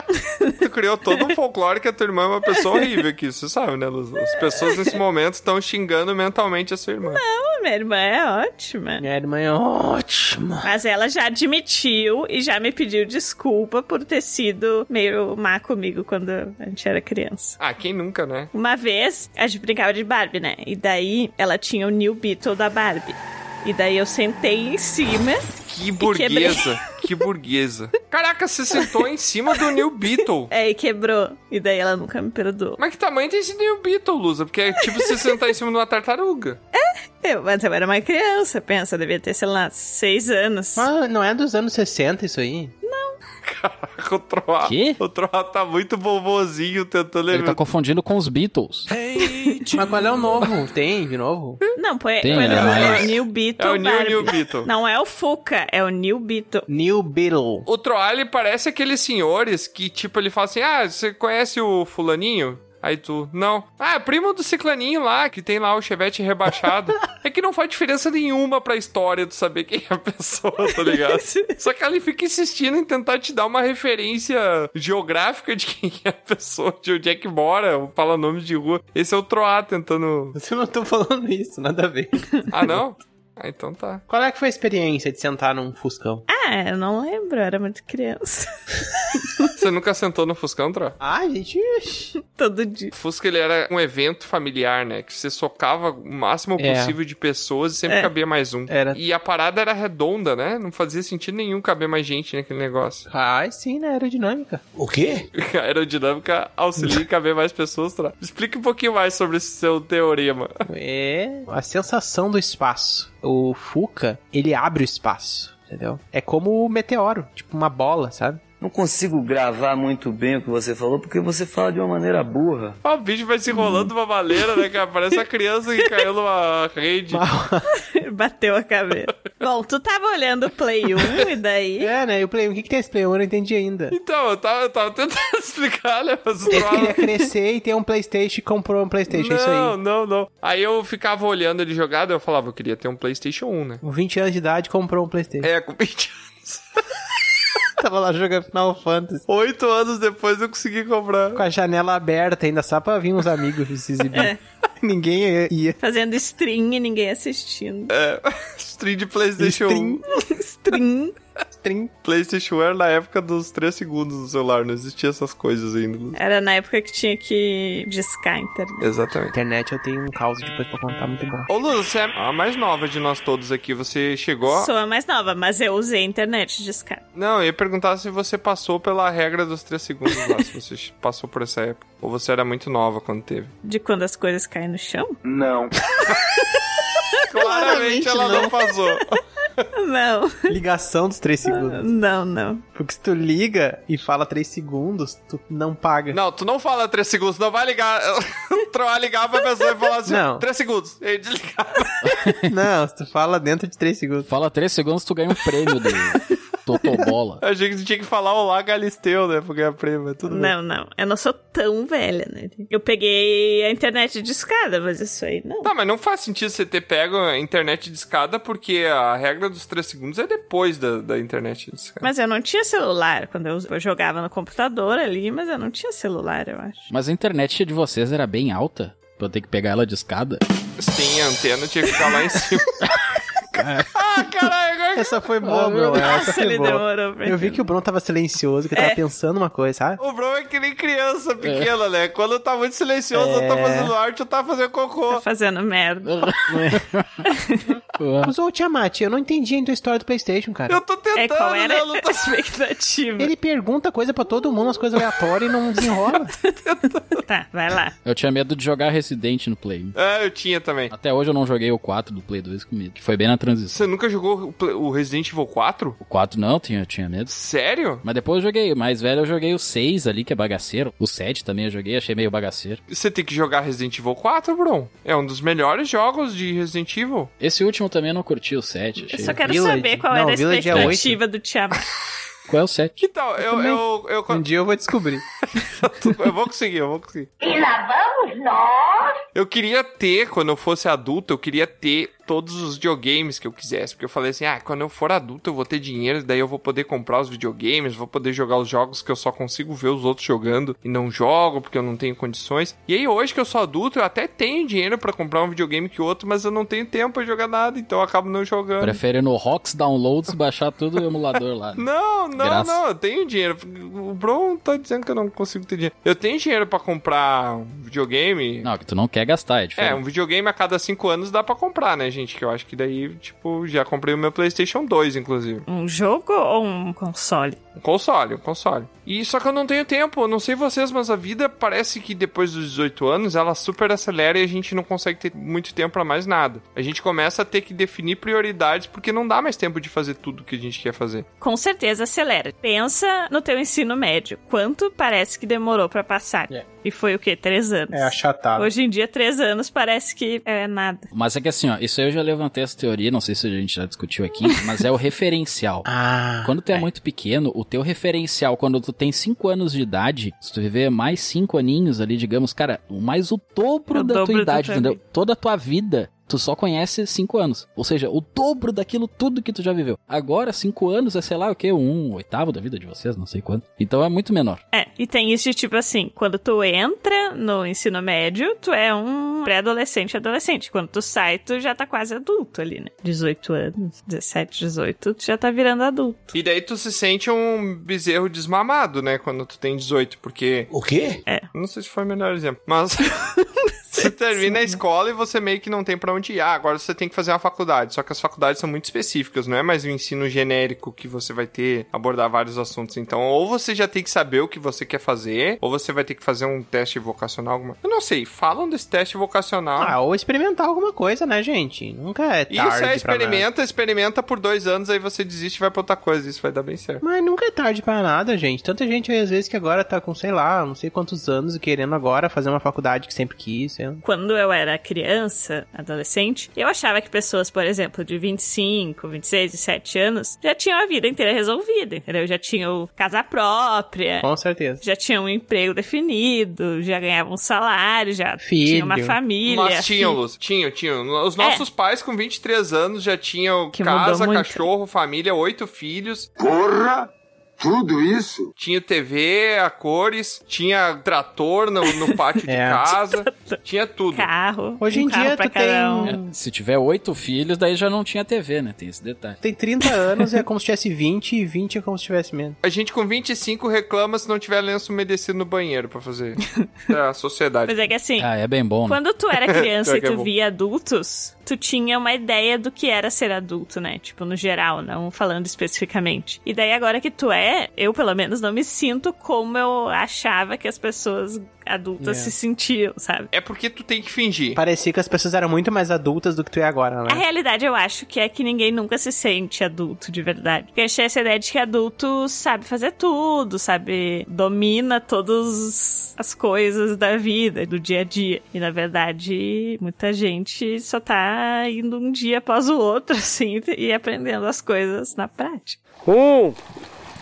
(laughs)
Tu criou
(laughs)
todo um folclore que a tua irmã é uma pessoa horrível aqui, você sabe, né, Luz? As
(laughs)
pessoas nesse momento estão xingando mentalmente a sua irmã.
Ah, minha irmã é ótima.
Minha irmã é ótima.
Mas ela já admitiu e já me pediu desculpa por ter sido meio má comigo quando a gente era criança.
Ah, quem nunca, né?
Uma vez, a gente brincava de Barbie, né? E daí ela tinha o New Beetle da Barbie. E daí eu sentei em cima.
Que burguesa, que burguesa. Caraca, você sentou em cima do New Beetle.
É, e quebrou. E daí ela nunca me perdoou.
Mas que tamanho tem esse New Beetle, Lusa? Porque é tipo você sentar em cima de uma tartaruga. (laughs)
Eu, mas eu era uma criança, pensa, eu devia ter, sei lá, seis anos.
Mas não é dos anos 60 isso aí?
Caraca, o Troá.
Quê?
O Troá tá muito bobozinho tentando
Ele tá
levantar.
confundindo com os Beatles.
Mas qual é o novo? Tem, de novo?
Não, põe,
Tem,
põe
né,
no-
mas-
é o New Beetle
É o New,
Barbie.
New Beetle.
Não é o Fuca, é o New Beetle.
New Beetle.
O Troá, ele parece aqueles senhores que, tipo, ele fala assim: Ah, você conhece o Fulaninho? Aí tu, não. Ah, é primo do Ciclaninho lá, que tem lá o Chevette rebaixado. é que não faz diferença nenhuma pra história tu saber quem é a pessoa, tá ligado? Só que ele fica insistindo em tentar te dar uma referência geográfica de quem é a pessoa, de onde é que mora, ou fala nome de rua. Esse é o Troá tentando.
Mas Eu não tô falando isso, nada a ver.
Ah, não? Ah, então tá.
Qual é que foi a experiência de sentar num fuscão?
Ah, eu não lembro, eu era muito criança. (laughs)
Você nunca sentou no Fuscão, Troá?
Ah, gente... ixi.
Todo dia.
Fusca ele era um evento familiar, né? Que você socava o máximo
É.
possível de pessoas e sempre
É.
cabia mais um.
Era.
E a parada era redonda, né? Não fazia sentido nenhum caber mais gente naquele negócio. (laughs)
Ai, sim, né? Aerodinâmica.
O quê?
A aerodinâmica auxilia em caber mais pessoas. Tra... Explica um pouquinho mais sobre esse seu teorema. (laughs)
É a sensação do espaço. O Fuca, ele abre o espaço, entendeu? É como o meteoro, tipo uma bola, sabe?
Não consigo gravar muito bem o que você falou porque você fala de uma maneira burra.
Ah, o bicho vai se enrolando uma baleira, né, cara? Parece uma criança que caiu numa rede.
Bateu a cabeça. Bom, tu tava olhando o Play 1 e daí.
É, né? E o Play 1, o que, que tem esse Play 1? Eu não entendi ainda.
Então, eu tava, eu tava tentando (laughs) explicar, né? Mas o
Ele
Troá-
queria crescer e ter um Playstation e comprou um Playstation, é isso
Não,
aí.
não, não. Aí eu ficava olhando ele jogado, eu falava, eu queria ter um Playstation 1, né?
Com 20 anos de idade, comprou um Playstation.
É, com 20 anos.
Tava lá jogando Final Fantasy.
Oito anos depois eu consegui comprar.
Com a janela aberta ainda, só pra vir uns amigos se exibir. É. Ninguém ia.
Fazendo stream e ninguém assistindo.
É, stream de Playstation
Stream.
1.
stream.
stream. Playstation era na época dos 3 segundos do celular, não existia essas coisas ainda. né?
Era na época que tinha que discar a internet.
Exatamente.
Internet eu tenho um caos depois pra contar, muito bom.
Ô Lula, você é a mais nova de nós todos aqui, você chegou...
Sou a mais nova, mas eu usei a internet discar.
Não, eu ia perguntar se você passou pela regra dos 3 segundos lá, se você (laughs) passou por essa época. Ou você era muito nova quando teve?
De quando as coisas caem no chão?
Não.
Claramente ela não, passou.
Não.
Ligação dos 3 segundos.
Ah, Não, não.
Porque se tu liga e fala 3 segundos, tu não paga.
Não, tu não fala 3 segundos, não vai ligar. (laughs) Troar ligar pra pessoa e falar assim:
Não.
3 segundos. E desligar.
Não, se tu fala dentro de 3 segundos.
Fala três segundos, tu ganha um prêmio dele. Totobola.
Eu achei que tu tinha que falar Olá Galisteu, né? Pra ganhar prêmio, mas tudo bem.
Não, não. Eu não sou tão velha, né? Eu peguei a internet de escada, mas isso aí não.
Tá, mas não faz sentido você ter pego a internet de escada, porque a regra dos 3 segundos é depois da, da internet de escada.
Mas eu não tinha celular quando eu eu jogava no computador ali, mas eu não tinha celular, eu acho.
Mas a internet de vocês era bem alta? Pra eu ter que pegar ela de escada?
Sim, a antena tinha que ficar lá em cima. ah, caralho, agora
Essa foi boa,
(laughs)
bro. Essa
Nossa,
foi
ele
boa.
demorou pra
Eu vi que o Bruno tava silencioso, que eu
É.
tava pensando uma coisa, sabe?
O Bron é que nem criança pequena, né? Quando tá muito silencioso,
É.
eu tá fazendo arte, eu tá fazendo
Tá
cocô.
fazendo merda.
Ué.
Mas, ô, Tiamat, eu não entendi ainda a história do Playstation, cara.
Eu tô
É,
tentando,
qual
né?
era
Eu não
(laughs)
tô
a expectativa?
Ele pergunta coisa pra todo mundo, umas coisas aleatórias e não (laughs) desenrola.
Tá, vai lá.
Eu tinha medo de jogar Resident no Play. um.
É, eu tinha também.
Até hoje eu não joguei o 4 do Play 2 com medo. Que foi bem na transição.
Você nunca jogou o Play- o Resident Evil 4?
O 4 não, eu tinha, eu tinha medo.
Sério?
Mas depois eu joguei, o mais velho eu joguei o 6 ali, que é bagaceiro. O 7 também eu joguei, achei meio bagaceiro.
Você tem que jogar Resident Evil 4, Bron. É um dos melhores jogos de Resident Evil.
Esse último também eu não curti o 7, achei.
Eu só quero
Village.
saber qual
Não,
era a
Village é oito.
expectativa do Tiamat.
Qual é o 7?
Que tal? Eu,
também.
eu, eu,
Um dia eu vou descobrir.
(laughs) eu vou conseguir, eu vou conseguir.
E lá vamos nós!
Eu queria ter, quando eu fosse adulto, eu queria ter todos os videogames que eu quisesse. Porque eu falei assim, ah, quando eu for adulto eu vou ter dinheiro, daí eu vou poder comprar os videogames, vou poder jogar os jogos que eu só consigo ver os outros jogando e não jogo porque eu não tenho condições. E aí hoje que eu sou adulto, eu até tenho dinheiro pra comprar um videogame que outro, mas eu não tenho tempo pra jogar nada, então eu acabo não jogando.
Prefere no Rocks Downloads baixar tudo o emulador lá. né?
Não, não,
Graça.
não, eu tenho dinheiro. O Bron tá dizendo que eu não consigo ter dinheiro. Eu tenho dinheiro pra comprar um videogame.
Não, que tu não quer gastar, é
É,
diferente.
um videogame a cada cinco anos dá pra comprar, né, gente? Que eu acho que daí, tipo, já comprei o meu PlayStation 2, inclusive.
Um jogo ou um console?
Um console, um console. E só que eu não tenho tempo, eu não sei vocês, mas a vida parece que depois dos 18 anos ela super acelera e a gente não consegue ter muito tempo pra mais nada. A gente começa a ter que definir prioridades porque não dá mais tempo de fazer tudo que a gente quer fazer.
Com certeza acelera. Pensa no teu ensino médio. Quanto parece que demorou pra passar?
É.
E foi o quê? Três anos.
É achatado.
Hoje em dia, três anos parece que é nada.
Mas é que assim, ó, isso aí eu já levantei essa teoria, não sei se a gente já discutiu aqui, (laughs) mas é o referencial.
Ah.
Quando tu é, muito pequeno, o teu referencial, quando tu tem 5 anos de idade, se tu viver mais 5 aninhos ali, digamos, cara, mais o dobro
O
da
dobro
tua
da
idade,
tua
entendeu? Toda a tua vida, tu só conhece 5 anos. Ou seja, o dobro daquilo tudo que tu já viveu. Agora, 5 anos é, sei lá, o quê? Um oitavo da vida de vocês, não sei quanto. Então é muito menor.
É, e tem isso de tipo assim, quando tu entra no ensino médio, tu é um pré-adolescente, adolescente. Quando tu sai, tu já tá quase adulto ali, né? 18 anos, 17, 18, tu já tá virando adulto.
E daí tu se sente um bezerro desmamado, né? Quando tu tem 18, porque
O quê?
É,
Não sei se foi o melhor exemplo,
(laughs)
mas você termina a escola e você meio que não tem pra onde ir. Ah, agora você tem que fazer uma faculdade. Só que as faculdades são muito específicas, não é mais um ensino genérico que você vai ter, abordar vários assuntos. Então, ou você já tem que saber o que você quer fazer, ou você vai ter que fazer um teste vocacional. Alguma... Eu não sei, falam desse teste vocacional.
Ah, ou experimentar alguma coisa, né, gente? Nunca é tarde.
Isso é
pra nada.
experimenta, experimenta por dois anos, aí você desiste e vai pra outra coisa. Isso vai dar bem certo.
Mas nunca é tarde pra nada, gente. Tanta gente aí, às vezes, que agora tá com, sei lá, não sei quantos anos e querendo agora fazer uma faculdade que sempre quis. sei lá.
Quando eu era criança, adolescente, eu achava que pessoas, por exemplo, de 25, 26, 27 anos, já tinham a vida inteira resolvida, entendeu? Já tinham casa própria,
Com certeza.
já tinham um emprego definido, já ganhavam um salário, já
Filho.
tinham uma família.
Mas tinham,
fi-
Luz, tinham, tinham. Os nossos pais com 23 anos já tinham
É. Que mudou
casa,
muito.
cachorro, família, oito filhos.
Porra!
Tudo isso?
Tinha TV a cores, tinha trator no, no
(laughs)
pátio de
É.
casa, tinha tudo.
Carro.
Hoje em Um carro dia pra tu cada tem- um.
É, se tiver oito filhos, daí já não tinha TV, né? Tem esse detalhe.
Tem 30 anos é como se tivesse 20 e 20 é como se tivesse menos.
A gente com 25 reclama se não tiver lenço umedecido no banheiro pra
(laughs)
fazer. É a sociedade.
Mas é que assim.
Ah, é bem bom, né?
(laughs)
Quando tu era criança
Pior
e
que é
tu
bom.
via adultos, tu tinha uma ideia do que era ser adulto, né? Tipo, no geral, não falando especificamente. E daí agora que tu é, eu pelo menos não me sinto como eu achava que as pessoas adultas
É.
se sentiam, sabe?
É porque tu tem que fingir.
Parecia que as pessoas eram muito mais adultas do que tu é agora,
A
né?
realidade eu acho que é que ninguém nunca se sente adulto de verdade. Porque eu achei essa ideia de que adulto sabe fazer tudo, sabe? Domina todas as coisas da vida, do dia a dia. E na verdade, muita gente só tá indo um dia após o outro, (laughs) assim, e aprendendo as coisas na prática.
Um,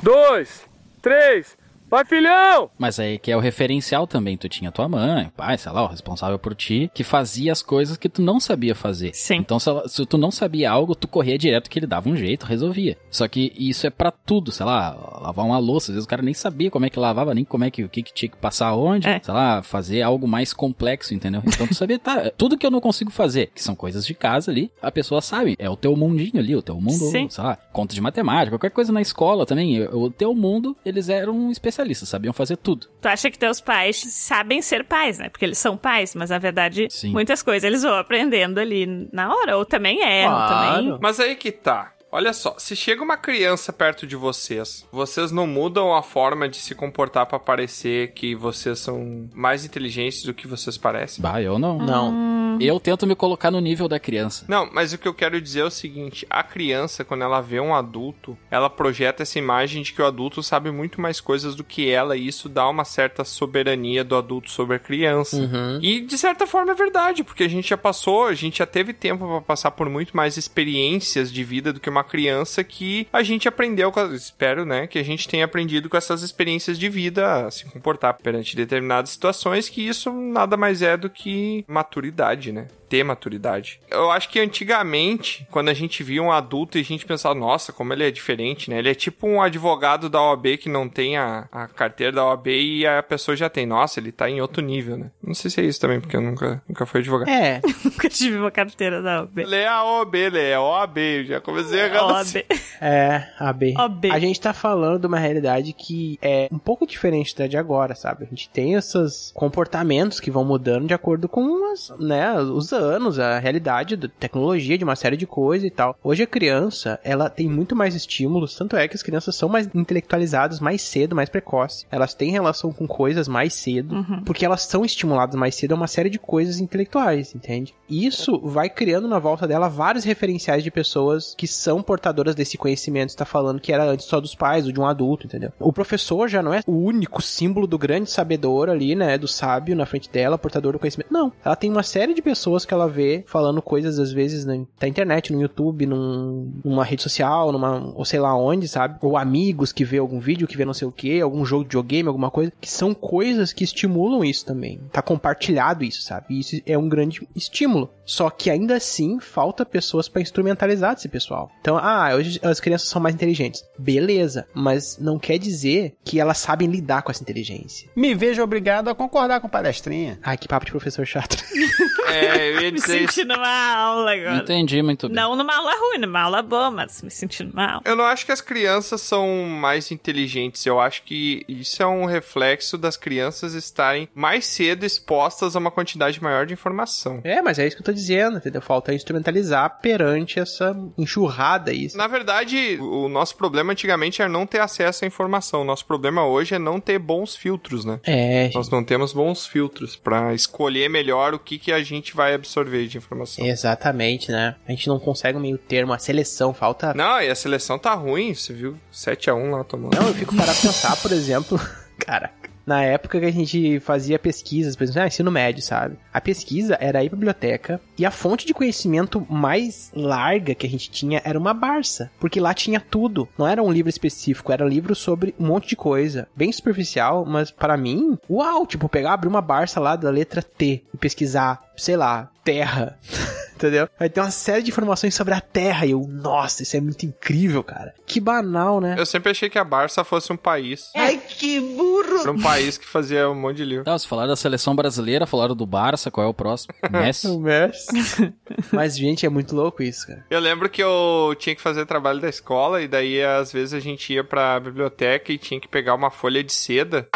dois, três. Vai, filhão!
Mas aí que é o referencial também. Tu tinha tua mãe, pai, sei lá, o responsável por ti, que fazia as coisas que tu não sabia fazer. Sim. Então, se, ela- se tu não sabia algo, tu corria direto que ele dava um jeito, resolvia. Só que isso é pra tudo, sei lá, lavar uma louça. Às vezes o cara nem sabia como é que lavava, nem como é que o que, que tinha que passar onde. Sei lá, fazer algo mais complexo, entendeu? Então tu sabia, tá, tudo que eu não consigo fazer, que são coisas de casa ali, a pessoa sabe. É o teu mundinho ali, o teu mundo,
Sim.
sei lá, conta de matemática, qualquer coisa na escola também. O teu mundo, eles eram especialistas, sabiam fazer tudo.
Tu acha que teus pais sabem ser pais, né? Porque eles são pais, mas na verdade, muitas coisas eles vão aprendendo ali na hora, ou também erram, também.
Mas aí que tá. Olha só, se chega uma criança perto de vocês, vocês não mudam a forma de se comportar pra parecer que vocês são mais inteligentes do que vocês parecem?
Bah, eu não.
Uhum.
Não.
Eu tento me colocar no nível da criança.
Não, mas o que eu quero dizer é o seguinte: a criança, quando ela vê um adulto, ela projeta essa imagem de que o adulto sabe muito mais coisas do que ela, e isso dá uma certa soberania do adulto sobre a criança. E de certa forma é verdade, porque a gente já passou, a gente já teve tempo pra passar por muito mais experiências de vida do que uma criança que a gente aprendeu, com a- espero, né, que a gente tenha aprendido com essas experiências de vida a se comportar perante determinadas situações, que isso nada mais é do que maturidade, né? Ter maturidade. Eu acho que antigamente, quando a gente via um adulto e a gente pensava, nossa, como ele é diferente, né? Ele é tipo um advogado da OAB que não tem a, a carteira da OAB e a pessoa já tem. Nossa, ele tá em outro nível, né? Não sei se é isso também, porque eu nunca, nunca fui advogado.
É.
(laughs) Nunca tive uma carteira da OB.
Lê a OAB, lê a OAB. Eu já comecei É, a
OAB.
É, a B.
OB.
A gente tá falando de uma realidade que é um pouco diferente da de agora, sabe? A gente tem esses comportamentos que vão mudando de acordo com as, né, os anos, a realidade da tecnologia, de uma série de coisas e tal. Hoje a criança, ela tem muito mais estímulos, tanto é que as crianças são mais intelectualizadas mais cedo, mais precoce. Elas têm relação com coisas mais cedo, porque elas são estimuladas mais cedo a uma série de coisas intelectuais, entende? E Isso vai criando na volta dela vários referenciais de pessoas que são portadoras desse conhecimento, está falando que era antes só dos pais ou de um adulto, entendeu? O professor já não é o único símbolo do grande sabedor ali, né, do sábio na frente dela, portador do conhecimento. Não, ela tem uma série de pessoas que ela vê falando coisas às vezes na na internet, no YouTube, num- numa rede social, numa ou sei lá onde, sabe? Ou amigos que vê algum vídeo, que vê não sei o que, algum jogo de videogame, alguma coisa, que são coisas que estimulam isso também. Tá compartilhado isso, sabe? E isso é um grande estímulo. Só que ainda assim falta pessoas pra instrumentalizar esse pessoal. Então, ah, hoje as crianças são mais inteligentes. Beleza, mas não quer dizer que elas sabem lidar com essa inteligência.
Me vejo obrigado a concordar com palestrinha.
Ai, que papo de professor chato. (laughs)
É, (laughs) eu ia
Me senti numa aula agora.
Entendi muito
Não numa aula ruim, numa aula boa, mas me sentindo mal.
Eu não acho que as crianças são mais inteligentes. Eu acho que isso é um reflexo das crianças estarem mais cedo expostas a uma quantidade maior de informação.
É, mas é isso que eu tô dizendo, entendeu? Falta instrumentalizar perante essa enxurrada aí.
Na verdade, o nosso problema antigamente era não ter acesso à informação. O nosso problema hoje é não ter bons filtros, né?
É.
Nós não temos bons filtros pra escolher melhor o que, que a gente vai absorver de informação.
Exatamente, né? A gente não consegue um meio termo, a seleção falta.
Não, e a seleção tá ruim, você viu? 7x1 lá tomando.
Não, eu fico parar pra pensar, por exemplo. Caraca. Na época que a gente fazia pesquisas, por exemplo, ah, ensino médio, sabe? A pesquisa era ir pra biblioteca e a fonte de conhecimento mais larga que a gente tinha era uma Barça. Porque lá tinha tudo. Não era um livro específico, era um livro sobre um monte de coisa. Bem superficial, mas para mim, uau! Tipo, pegar, abrir uma Barça lá da letra T e pesquisar, sei lá, terra. (laughs) entendeu? Vai ter uma série de informações sobre a Terra. E eu, nossa, isso é muito incrível, cara. Que banal, né?
Eu sempre achei que a Barça fosse um país.
Ai, que burro!
Era um país que fazia um monte de livro.
Tá, se falaram da seleção brasileira, falaram do Barça, qual é o
(laughs)
próximo? Messi?
o Messi. (laughs) Mas, gente, é muito louco isso, cara.
Eu lembro que eu tinha que fazer trabalho da escola e daí às vezes a gente ia pra biblioteca e tinha que pegar uma folha de seda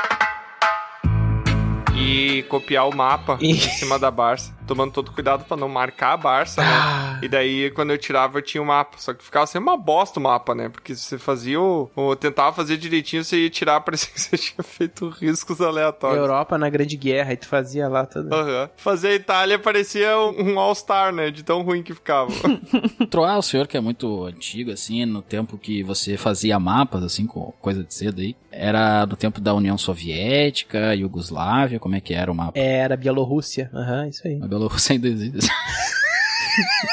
e copiar o mapa em cima da Barça, tomando todo cuidado pra não marcar a Barça,
Ah.
né? E daí, quando eu tirava, eu tinha o mapa. Só que ficava sempre uma bosta o mapa, né? Porque se você fazia o. o- tentava fazer direitinho, você ia tirar, (laughs) parecia que você tinha feito riscos aleatórios.
Europa na Grande Guerra, e tu fazia lá tudo.
Aham. Fazer a Itália parecia um um All-Star, né? De tão ruim que ficava.
Troar o senhor que é muito antigo, assim, no tempo que você fazia mapas, assim, com coisa de cedo aí. Era do tempo da União Soviética, Iugoslávia, como é que era o mapa?
Era Bielorrússia. Aham, isso aí.
A (laughs) Bielorrússia ainda existe.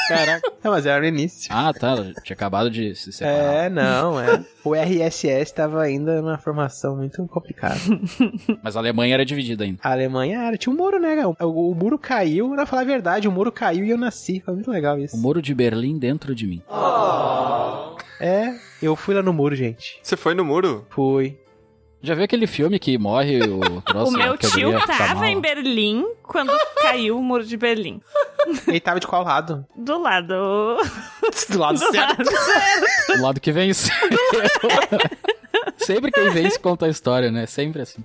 Caraca. Não, mas era o início.
Ah, tá, tinha acabado de se separar.
É, (laughs) não, é. O RSS tava ainda numa formação muito complicada.
É.
Mas a Alemanha era dividida ainda.
A Alemanha era, tinha um muro, né, cara? O, o muro caiu, pra falar a verdade, o muro caiu e eu nasci. Foi muito legal isso.
O muro de Berlim dentro de mim.
É, eu fui lá no muro, gente.
Você foi no muro?
Fui.
Já viu aquele filme que morre o troço?
(laughs)
né?
o meu
que a
tio
guria fica
tava
mal?
em Berlim quando caiu o muro de Berlim.
Ele tava de qual
(laughs)
lado?
Do lado.
Do
Tá
lado
Do
certo.
lado certo.
Do um lado que
(laughs)
vence. Sempre quem vence conta a história, né? Sempre assim.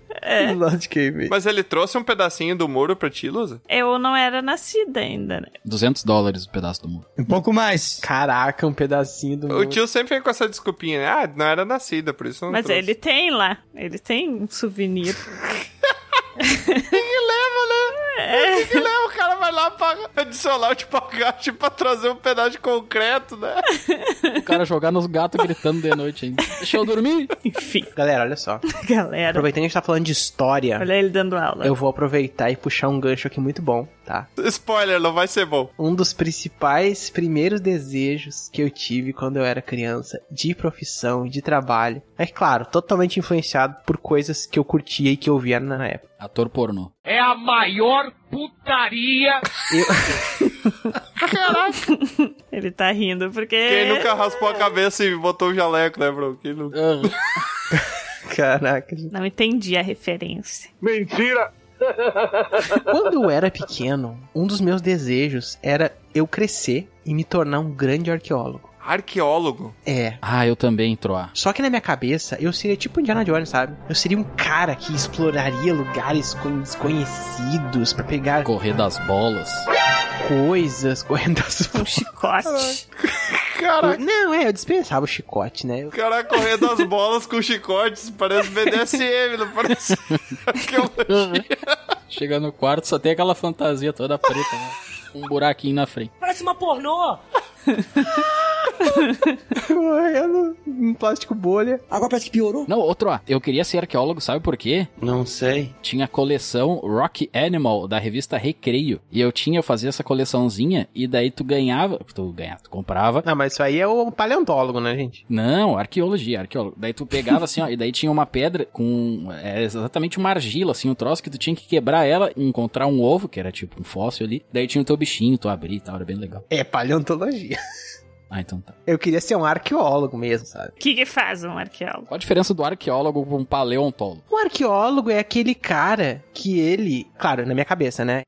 Do lado de quem veio.
Mas ele trouxe um pedacinho do muro pra ti, Lusa?
Eu não era nascida ainda, né?
200 dólares o pedaço do muro.
Um pouco mais. Caraca, um pedacinho do
O
muro.
tio sempre vem com essa desculpinha, né? Ah, não era nascida, por isso não
Mas
trouxe. (laughs)
ele tem lá. Ele tem um souvenir. (laughs)
Por que que leva? O cara vai lá pra adicionar o tipo agache pra trazer um pedaço de concreto, né? (laughs)
O cara jogar nos gatos gritando de noite ainda. Deixa eu dormir.
Enfim,
Galera, olha só.
galera.
Aproveitando que a gente tá falando de história,
Olha ele dando aula.
eu vou aproveitar e puxar um gancho aqui muito bom, tá?
Spoiler, não vai ser bom.
Um dos principais primeiros desejos que eu tive quando eu era criança, de profissão, de trabalho, é claro, totalmente influenciado por coisas que eu curtia e que eu via na época.
Ator pornô.
É a maior putaria.
Ele tá rindo porque.
Quem nunca raspou a cabeça e botou o jaleco, né, bro? Quem nunca?
Caraca. gente.
Não entendi a referência.
Mentira.
Quando eu era pequeno, um dos meus desejos era eu crescer e me tornar um grande arqueólogo.
Arqueólogo.
É.
Ah, eu também, Troar.
Só que na minha cabeça, eu seria tipo Indiana Jones, sabe? Eu seria um cara que exploraria lugares con- desconhecidos pra pegar
Correr das bolas.
coisas, (laughs) correndo das
Um chicote.
Cara,
Não, é, eu dispensava o chicote, né?
o cara correndo as bolas com chicotes, parece BDSM, não parece? (laughs) Arqueologia.
Chega no quarto, só tem aquela fantasia toda preta, né? Um buraquinho na frente.
(laughs) Correndo Então, um plástico bolha.
Agora parece que piorou.
Não, outro, ó. Eu queria ser arqueólogo, sabe por quê?
Não sei.
Tinha a coleção Rock Animal da revista Recreio. E eu tinha, eu fazia essa coleçãozinha. E daí tu ganhava. Tu ganhava, tu comprava.
Não, mas isso aí é o paleontólogo, né, gente?
Não, arqueologia, arqueólogo. Daí tu pegava assim, ó, e daí tinha uma pedra com é, exatamente uma argila, assim, um troço que tu tinha que quebrar ela, encontrar um ovo, que era tipo um fóssil ali. Daí tinha o teu bichinho, tu abria e tal, era bem legal.
É paleontologia.
Ah, então tá.
Eu queria ser um arqueólogo mesmo, sabe?
O que, que faz um arqueólogo?
Qual a diferença do arqueólogo pra um paleontólogo?
O arqueólogo é aquele cara que ele, claro, na minha cabeça, né?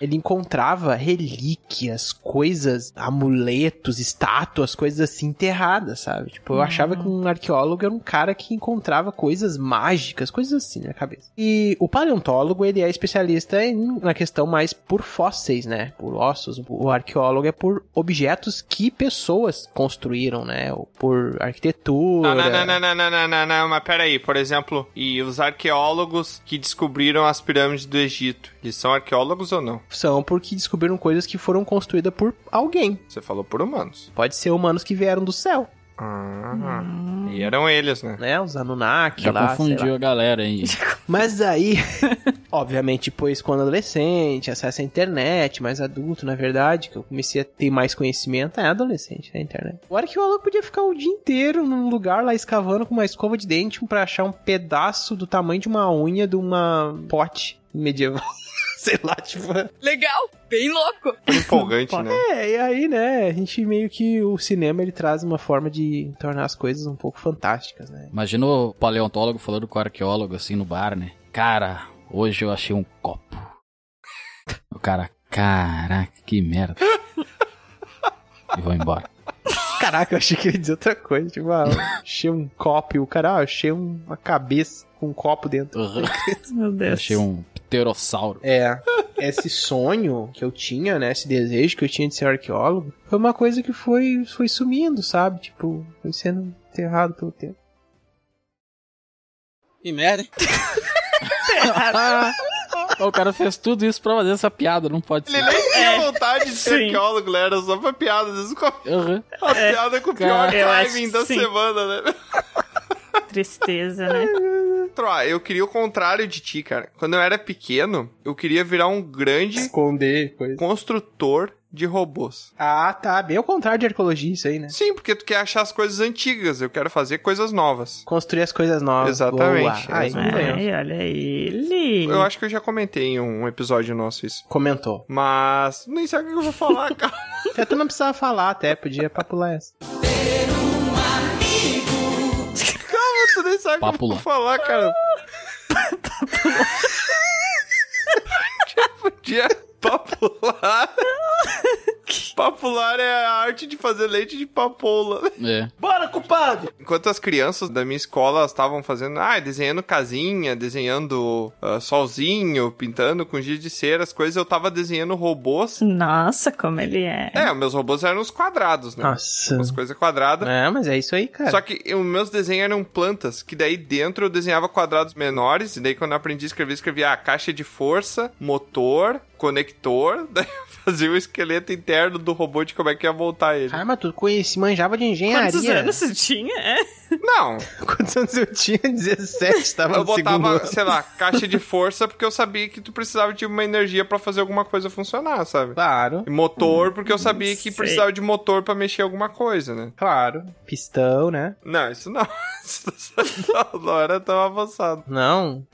Ele encontrava relíquias, coisas, amuletos, estátuas, coisas assim enterradas, sabe? Tipo, eu achava que um arqueólogo era um cara que encontrava coisas mágicas, coisas assim na minha cabeça. E o paleontólogo, ele é especialista em- na questão mais por fósseis, né? Por ossos. O arqueólogo é por objetos que pessoas construíram, né? Ou por arquitetura.
Não, não, não, não, não, não, não, não, não, mas peraí, por exemplo, e os arqueólogos que descobriram as pirâmides do Egito, eles são arqueólogos ou não?
São porque descobriram coisas que foram construídas por alguém.
Você falou por humanos.
Pode ser humanos que vieram do céu,
Ah, e eram eles, né?
né? Os Anunnaki
Já
lá, sei lá.
confundiu a galera, hein?
Mas aí, (laughs) obviamente, depois quando adolescente, acesso à internet, mais adulto, na verdade, que eu comecei a ter mais conhecimento, é adolescente, né, internet. O arqueólogo podia ficar o dia inteiro num lugar lá escavando com uma escova de um dente pra achar um pedaço do tamanho de uma unha de uma pote medieval. (laughs) Sei lá, tipo.
Legal, bem louco.
(laughs)
Empolgante, né?
É, e aí, né, a gente meio que o cinema ele traz uma forma de tornar as coisas um pouco fantásticas, né?
Imagina o paleontólogo falando com o arqueólogo assim no bar, né? Cara, hoje eu achei um copo. O cara, caraca, que merda. E vou embora.
Caraca, eu achei que ele ia dizer outra coisa. Tipo, ah, eu achei um copo e o cara, ah, eu achei uma cabeça com um copo dentro.
Meu Deus. Achei um pterossauro.
É. Esse sonho que eu tinha, né? Esse desejo que eu tinha de ser arqueólogo, foi uma coisa que foi, foi sumindo, sabe? Tipo, foi sendo enterrado pelo tempo.
Que merda, hein?
o cara fez tudo isso pra fazer essa piada, não pode ser.
Ele nem
É.
tinha vontade de ser arqueólogo, né? Era só pra piada. Às vezes com a,
Aham.
(laughs)
a piada com o pior
É. Cara, eu acho
timing
que
da
sim.
semana, (laughs) né?
Tristeza, né?
Troa, eu queria o contrário de ti, cara. Quando eu era pequeno, eu queria virar um grande
Esconder coisa.
construtor de robôs.
Ah, tá. Bem ao contrário de arqueologia, isso aí, né?
Sim, porque tu quer achar as coisas antigas, eu quero fazer coisas novas.
Construir as coisas novas.
Exatamente.
Boa. Aí,
Exatamente.
Ai, olha ele.
Eu acho que eu já comentei em um episódio nosso isso.
Comentou.
Mas nem sei o que eu vou falar, (laughs) cara.
Até tu não precisava falar, até. Podia papular essa.
Calma, tu nem sabe o que eu vou
Papula.
falar, cara. Já podia papular. Papular é a arte de fazer leite de papoula.
É.
Bora, culpado!
Enquanto as crianças da minha escola elas estavam fazendo, ah, desenhando casinha, desenhando ah, solzinho, pintando com giz de cera, as coisas, eu tava desenhando robôs.
Nossa, como ele é.
É, meus robôs eram os quadrados, né?
Nossa.
Umas coisas quadradas.
É, mas é isso aí, cara.
Só que os meus desenhos eram plantas, que daí dentro eu desenhava quadrados menores, e daí quando eu aprendi a escrever, eu escrevia ah, caixa de força, motor, conector, (laughs) daí eu fazia o esqueleto interno do robô de como é que ia montar ele.
Ah, mas tu conhece, manjava de engenharia.
Quantos anos você tinha? É.
Não,
(laughs) Quantos anos eu tinha? 17, tava
eu
no (laughs) segundo
botava,
ano.
sei lá, caixa de força porque eu sabia que tu precisava de uma energia pra fazer alguma coisa funcionar, sabe?
Claro,
E motor porque eu sabia que
sei.
precisava de motor pra mexer alguma coisa, né?
claro. Pistão, né?
Não, isso não. (laughs) Isso não, não era tão avançado.
Não.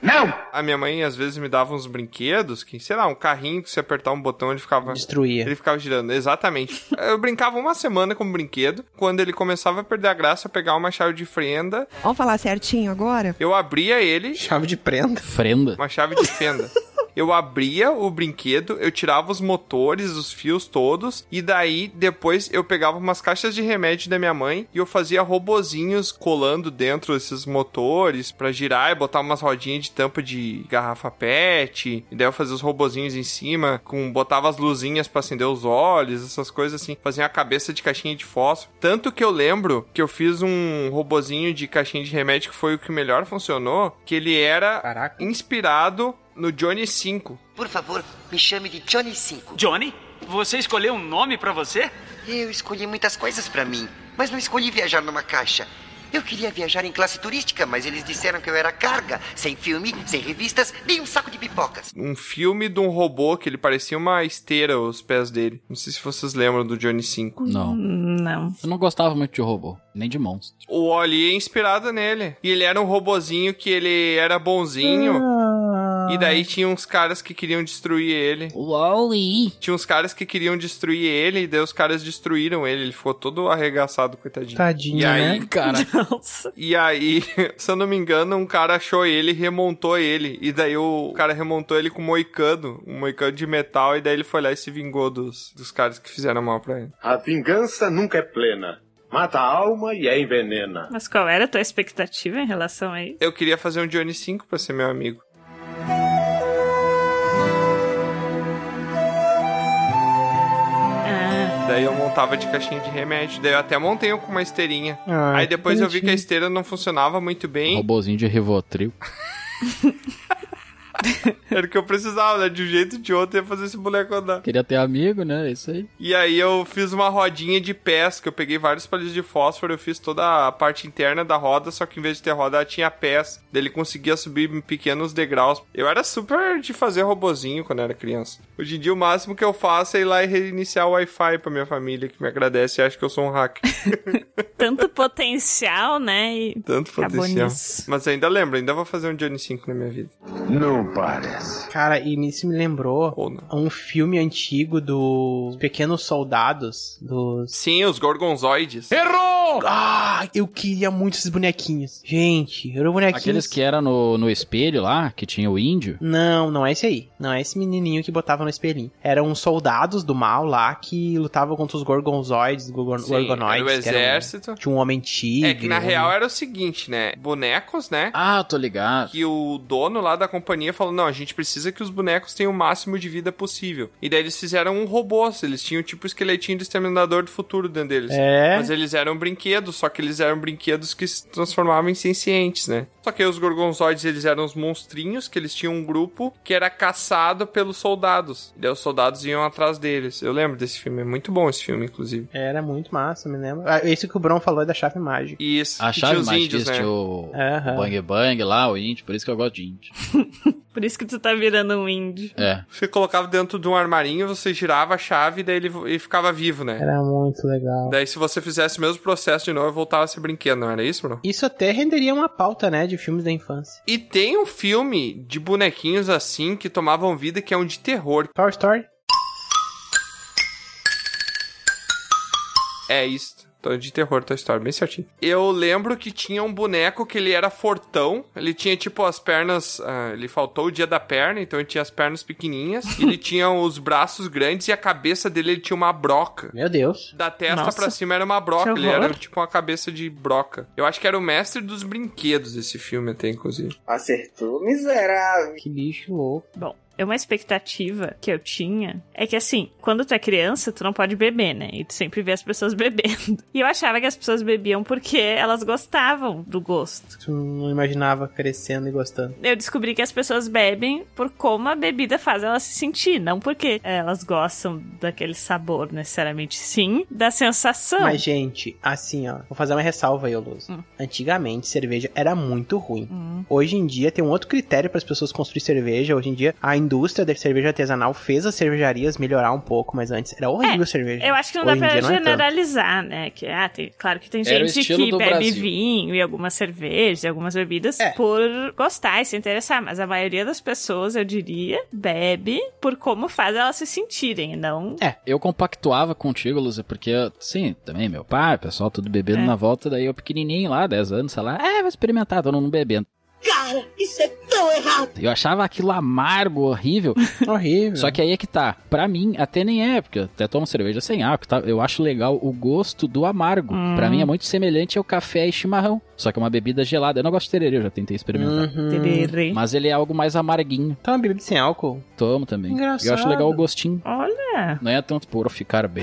A minha mãe às vezes me dava uns brinquedos, que, sei lá, um carrinho que se apertar um botão ele ficava.
Destruía.
Ele ficava girando, exatamente. Eu brincava uma semana com o brinquedo. Quando ele começava a perder a graça, eu pegava uma chave de fenda,
Vamos falar certinho agora?
eu abria ele,
Chave de prenda.
Frenda.
uma chave de fenda. Eu abria o brinquedo, eu tirava os motores, os fios todos, e daí depois eu pegava umas caixas de remédio da minha mãe e eu fazia robozinhos colando dentro esses motores pra girar e botar umas rodinhas de tampa de garrafa PET, e daí eu fazia os robozinhos em cima, com botava as luzinhas pra acender os olhos, essas coisas assim, fazia a cabeça de caixinha de fósforo. Tanto que eu lembro que eu fiz um robozinho de caixinha de remédio que foi o que melhor funcionou, que ele era
Caraca.
inspirado no Johnny 5.
Por favor, me chame de Johnny 5.
Johnny, você escolheu um nome pra você?
Eu escolhi muitas coisas pra mim, mas não escolhi viajar numa caixa. Eu queria viajar em classe turística, mas eles disseram que eu era carga, sem filme, sem revistas, nem um saco de
(laughs)
pipocas.
Um filme de um robô que ele parecia uma esteira os pés dele. Não sei se vocês lembram do Johnny 5.
Não.
Não.
Eu não gostava muito de robô, nem de monstro.
O Oli é inspirado nele. E ele era um robozinho que ele era bonzinho. E daí tinha uns caras que queriam destruir ele.
Wally!
Tinha uns caras que queriam destruir ele, e daí os caras destruíram ele. Ele ficou todo arregaçado, coitadinho.
Tadinho,
E aí,
né?
Cara,
Nossa.
E aí, (laughs) se eu não me engano, um cara achou ele e remontou ele. E daí o cara remontou ele com um moicano, um moicano de metal, e daí ele foi lá e se vingou dos, dos caras que fizeram mal pra ele.
A vingança nunca é plena. Mata a alma e a envenena.
Mas qual era a tua expectativa em relação a isso?
Eu queria fazer um Johnny 5 pra ser meu amigo.
Ah,
Daí eu montava de caixinha de remédio. Daí eu até montei um com uma esteirinha.
Ah,
aí depois eu vi que a
bonitinho.
esteira não funcionava muito bem.
Robozinho de Rivotril.
Era o que eu precisava, né? De um jeito ou de outro, eu ia fazer esse boneco andar.
Queria ter amigo, né? Isso aí.
E aí eu fiz uma rodinha de pés, que eu peguei vários palhos de fósforo, eu fiz toda a parte interna da roda, só que em vez de ter roda, ela tinha pés. Daí ele conseguia subir em pequenos degraus. Eu era super de fazer robozinho quando era criança. Hoje em dia o máximo que eu faço é ir lá e reiniciar o Wi-Fi pra minha família, que me agradece e acha que eu sou um hacker. (laughs)
tanto potencial, né? E
Tanto
acabou
potencial.
nisso.
Mas ainda lembro, ainda vou fazer um Johnny 5 na minha vida.
Não parece.
Cara, e isso me lembrou um filme antigo dos Pequenos Soldados. Dos...
Sim, os Gorgonzoides.
Errou! Ah, eu queria muito esses bonequinhos. Gente, eram bonequinhos.
Aqueles que era no, no espelho lá, que tinha o índio?
Não, não é esse aí. Não é esse menininho que botava no espelhinho. Eram uns soldados do mal lá que lutavam contra os gorgonzoides, gorgon
Sim,
gorgonoides.
era o
que eram-
exército.
Tinha um homem tigre.
É que na
um homem-
real era o seguinte, né? Bonecos, né?
Ah, tô ligado.
Que o dono lá da companhia falou: não, a gente precisa que os bonecos tenham o máximo de vida possível. E daí eles fizeram um robô, eles tinham tipo o esqueletinho do exterminador do futuro dentro deles.
É.
Mas eles eram brinquedos, só que eles eram brinquedos que se transformavam em sencientes, né? Só que aí os gorgonzoides, eles eram os monstrinhos, que eles tinham um grupo que era caçado pelos soldados. E daí os soldados iam atrás deles. Eu lembro desse filme, é muito bom esse filme, inclusive.
Era muito massa, me lembro. Ah, Esse que o Bron falou é da chave mágica.
Isso.
A
E
chave
tinha os
mais
índios,
disse,
né?
tinha o
Aham.
o Bang Bang lá, o índio, por isso que eu gosto de índio.
Por isso que tu tá virando um índio.
É.
Você colocava dentro de um armarinho, você girava a chave e daí ele, ele ficava vivo, né?
Era muito legal.
Daí, se você fizesse o mesmo processo de novo, voltava a ser brinquedo, não era isso, Bruno?
Isso até renderia uma pauta, né, de filmes da infância.
E tem um filme de bonequinhos assim que tomavam vida que é um de terror.
Toy Story?
É isso. Tô de terror, Toy Story, bem certinho. Eu lembro que tinha um boneco que ele era fortão. Ele tinha, tipo, as pernas... ah, ele faltou o dia da perna, então ele tinha as
(laughs)
pernas pequenininhas. ele tinha os braços grandes e a cabeça dele ele tinha uma broca.
Meu
(laughs)
Deus.
Da testa
Nossa.
pra cima era uma broca.
Que
Ele era,
horror.
tipo, uma cabeça de broca. Eu acho que era o mestre dos brinquedos esse filme até, inclusive.
Acertou, miserável.
Que lixo louco.
Bom, é uma expectativa que eu tinha é que assim, quando tu é criança, tu não pode beber, né? E tu sempre vê as pessoas (laughs) bebendo. E eu achava que as pessoas bebiam porque elas gostavam do gosto.
Tu não imaginava crescendo e gostando.
Eu descobri que as pessoas bebem por como a bebida faz elas se sentir, não porque é, elas gostam daquele sabor necessariamente, sim, da sensação.
Mas, gente, assim, ó. Vou fazer uma ressalva aí, ô Luz. Antigamente, cerveja era muito ruim. Hoje em dia, tem um outro critério para as pessoas construir cerveja. Hoje em dia, a indústria da cerveja artesanal fez as cervejarias melhorar um pouco, mas antes era horrível a cerveja.
Eu acho que não
Hoje
dá
em
pra
dia não é tanto.
generalizar, né? Que, ah, tem- claro que tem
Era o
gente que
estilo
bebe
do Brasil.
vinho e algumas cervejas e algumas bebidas
É.
por gostar e se interessar, mas a maioria das pessoas, eu diria, bebe por como faz elas se sentirem, não.
É.
Eu compactuava contigo, Luza, porque, eu- sim, também meu pai, o pessoal tudo bebendo
É.
na volta, daí eu pequenininho lá, 10 anos, sei lá, é, vou experimentar, todo mundo bebendo.
Cara, isso é tão errado.
Eu achava aquilo amargo, horrível.
Uhum. horrível.
Só que aí é que tá. Pra mim, até nem é, porque eu até tomo cerveja sem álcool, tá? Eu acho legal o gosto do amargo.
Hum.
Pra mim é muito semelhante ao café e chimarrão. Só que é uma bebida gelada. Eu não gosto de tererê, eu já tentei experimentar.
Uhum. Tererê.
Mas ele é algo mais amarguinho.
Então, uma bebida sem álcool?
Tomo também.
Engraçado.
Eu acho legal o gostinho.
Olha,
Não é tanto por ficar bem.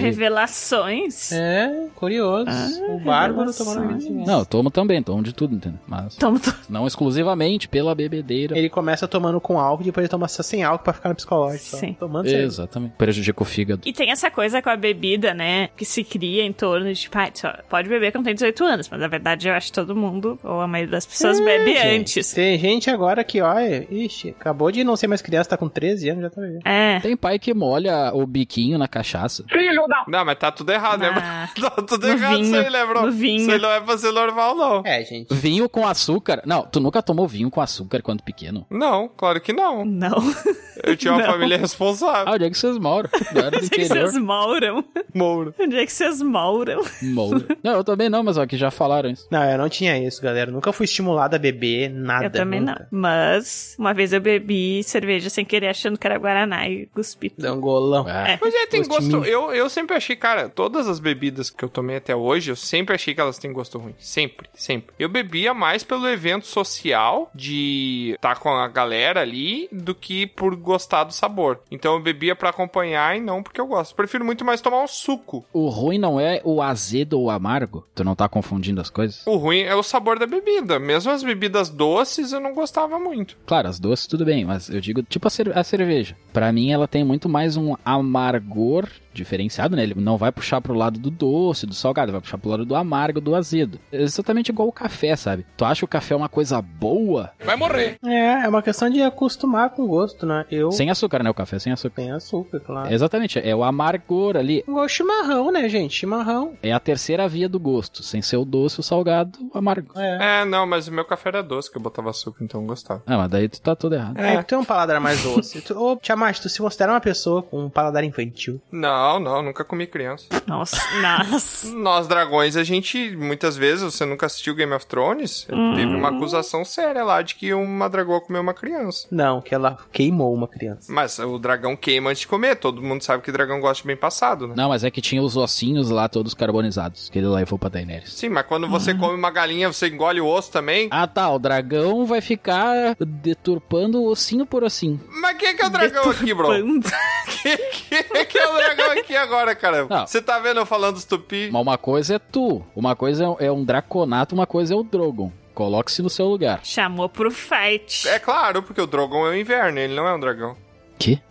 revelações.
É, curioso. o Bárbaro tomando bebida sem álcool.
Não, eu tomo também, tomo de tudo, entendeu? Mas
Tomo
não exclusivamente pela bebedeira.
Ele começa tomando com álcool e depois ele toma só sem álcool pra ficar no psicológico. só.
Sim.
Tomando cerveja.
Exatamente. Prejudica o fígado.
E tem essa coisa com a bebida, né? Que se cria em torno de, tipo, ah, tu só pode beber quando tem 18 anos. Mas na verdade eu acho que todo mundo, ou a maioria das pessoas, bebe
gente.
antes.
Tem gente agora que, olha, ixi, acabou de não ser mais criança, tá com 13 anos, já tá vendo.
É.
Tem pai que molha o biquinho na cachaça.
Filho da...
Não, mas tá tudo errado, né? (laughs) Tá tudo
Ah. No
errado isso aí,
vinho,
né, bro?
no vinho.
Isso aí não é pra ser normal, não.
É, gente.
Vinho com açúcar? Não, tu nunca tomou vinho com açúcar quando pequeno?
Não, claro que não.
Não. (laughs)
Eu tinha
(laughs)
uma
Não.
família responsável.
Ah, onde é que vocês moram? Eu era do
Onde é que
interior.
vocês mouram?
Mouro.
(laughs) Onde é que vocês mouram?
Moura. Não, eu também não, mas ó, que já falaram isso.
Não, eu não tinha isso, galera. Eu Nunca fui estimulado a beber nada.
eu também
nunca.
não. Mas uma vez eu bebi cerveja sem querer, achando que era Guaraná e cuspi.
Dá um golão.
É.
Mas é, tem
Gosto de
gosto.
mim.
Eu, eu sempre achei, cara, todas as bebidas que eu tomei até hoje, eu sempre achei que elas têm gosto ruim. Sempre, sempre. Eu bebia mais pelo evento social de estar com a galera ali do que por gostar do sabor. Então eu bebia pra acompanhar e não porque eu gosto. Prefiro muito mais tomar um suco.
O ruim não é o azedo ou o amargo? Tu não tá confundindo as coisas?
O ruim é o sabor da bebida. Mesmo as bebidas doces eu não gostava muito.
Claro, as doces tudo bem, mas eu digo tipo a, cer- a cerveja. Pra mim ela tem muito mais um amargor diferenciado, né? Ele não vai puxar pro lado do doce, do salgado, vai puxar pro lado do amargo, do azedo. É exatamente igual o café, sabe? Tu acha o café uma coisa boa?
Vai morrer. É, é uma questão de acostumar com o gosto, né? Eu...
Sem açúcar, né? O café sem açúcar.
Sem açúcar, claro.
É exatamente, é o amargor ali.
Igual chimarrão, né, gente? Chimarrão.
É a terceira via do gosto, sem ser o doce, o salgado, o amargo.
É. é, não, mas o meu café era doce, que eu botava açúcar, então eu gostava.
Ah, mas daí tu tá todo errado.
É, é tu tem um paladar mais doce. tu, ô, Tiamat, tu se considera uma pessoa com um paladar infantil?
Não, não, nunca comi criança.
Nossa, (laughs)
(laughs)
nossa.
Nós, dragões, a gente, muitas vezes, você nunca assistiu Game of Thrones? Hum. Teve uma acusação séria lá de que uma dragoa comeu uma criança.
Não, que ela queimou uma criança.
Mas o dragão queima antes de comer, todo mundo sabe que dragão gosta de bem passado, né?
Não, mas é que tinha os ossinhos lá todos carbonizados, que ele levou pra Daenerys.
Sim, mas quando você ah. come uma galinha, você engole o osso também?
Ah tá, o dragão vai ficar deturpando ossinho por ossinho.
Mas quem é que é o dragão aqui, bro?
um
quem, quem, quem é o dragão aqui agora, caramba? Você tá vendo eu falando estupi?
Mas uma coisa é tu, uma coisa é um draconato, uma coisa é o Drogon. Coloque-se no seu lugar.
Chamou pro fight.
É claro, porque o Drogon é o inverno, ele não é um dragão. (laughs)
Que?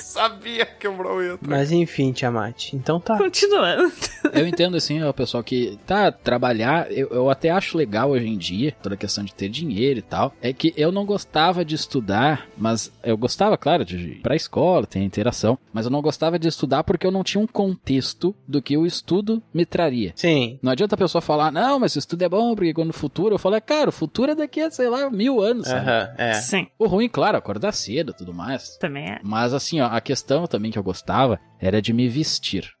sabia que o Brawl ia entrar.
Mas enfim, Tiamat, então tá.
Continuando.
eu entendo, assim, ó, pessoal, que tá, trabalhar, eu, eu, até acho legal hoje em dia, toda a questão de ter dinheiro e tal, é que eu não gostava de estudar, mas eu gostava, claro, de ir pra escola, tem interação, mas eu não gostava de estudar porque eu não tinha um contexto do que o estudo me traria.
Sim.
Não adianta a pessoa falar, não, mas o estudo é bom, porque quando no futuro, eu falo, é, cara, o futuro é daqui a, sei lá, mil anos, uh -huh, sabe?
É.
Sim.
O ruim, claro, acordar cedo e tudo mais.
Também é.
Mas assim, ó, a questão também que eu gostava era de me vestir.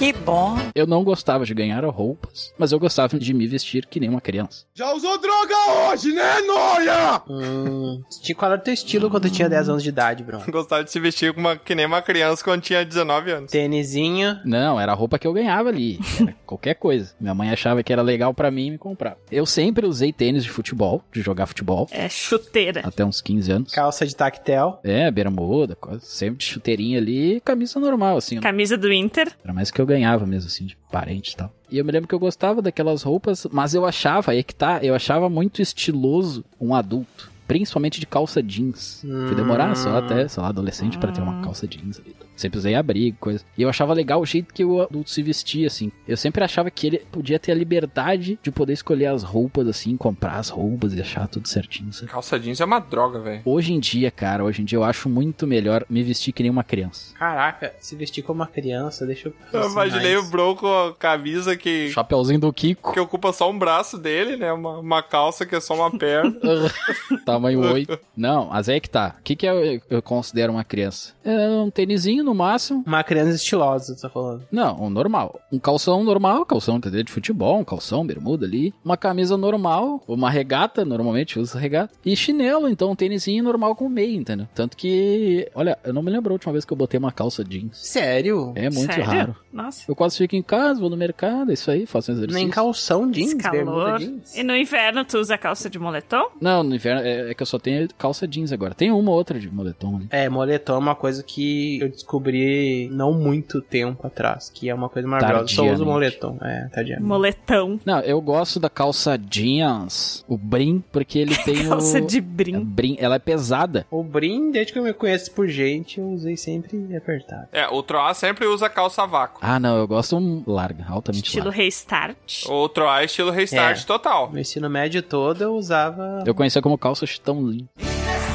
Que bom!
Eu não gostava de ganhar roupas, mas eu gostava de me vestir que nem uma criança.
Já usou droga hoje, né, Noia?
Hum, qual era o teu estilo quando tinha 10 anos de idade, Bruno?
Gostava de se vestir como uma, que nem uma criança quando tinha 19 anos.
Tênisinho?
Não, era a roupa que eu ganhava ali.
(laughs)
qualquer coisa. Minha mãe achava que era legal para mim me comprar. Eu sempre usei tênis de futebol, de jogar futebol.
É, chuteira.
Até uns 15 anos.
Calça de tactel.
É, bermuda, sempre de chuteirinha ali camisa normal, assim.
Camisa do Inter.
Era mais que eu ganhava mesmo, assim, de parente e tal. E eu me lembro que eu gostava daquelas roupas, mas eu achava, aí que tá, eu achava muito estiloso um adulto. Principalmente de calça jeans. Hum. Fui demorar só até, sei lá, adolescente para ter uma calça jeans ali. Sempre usei abrigo, coisa. E eu achava legal o jeito que o adulto se vestia, assim. Eu sempre achava que ele podia ter a liberdade de poder escolher as roupas, assim, comprar as roupas e achar tudo certinho. Sabe?
Calça jeans é uma droga, velho.
Hoje em dia, cara, hoje em dia eu acho muito melhor me vestir que nem uma criança.
Caraca, se vestir como uma criança, deixa eu.
Eu imaginei mais. o Bro com a camisa que.
Chapeuzinho do Kiko.
Que ocupa só um braço dele, né? Uma, uma calça que é só uma perna.
(laughs) Tamanho 8. Tá Não, mas aí é que tá. O que, que eu, eu considero uma criança? É um tênisinho no máximo.
Uma criança estilosa, tu tá falando?
Não, um normal. Um calção normal, calção entendeu? de futebol, um calção, bermuda ali. Uma camisa normal, uma regata, normalmente usa regata. E chinelo, então um tênisinho normal com meia, entendeu? Tanto que, olha, eu não me lembro a última vez que eu botei uma calça jeans.
Sério?
É muito
Sério?
raro.
Nossa.
Eu quase fico em casa, vou no mercado, isso aí, faço um exercício.
Nem calção jeans, Esse
calor. Jeans. E no inverno tu usa calça de moletom?
Não, no inverno é, é, que eu só tenho calça jeans agora. Tem uma outra de moletom né? ali.
É, moletom é uma coisa que eu descobri descobri não muito tempo atrás, que é uma coisa maravilhosa. Só uso moletom. É, tardiamente.
Moletom.
Não, eu gosto da calça jeans, o brim, porque
(laughs)
ele tem
calça
o...
de brim. É,
brim. Ela é pesada.
O brim, desde que eu me conheço por gente, eu usei sempre apertado.
(laughs) É, o Troá sempre usa calça vácuo.
Ah, não, eu gosto um larga, altamente
Estilo
larga.
restart.
O Troá é estilo restart é. total.
No ensino médio todo, eu usava... (laughs)
Eu conhecia como calça chitão limpo.
(laughs)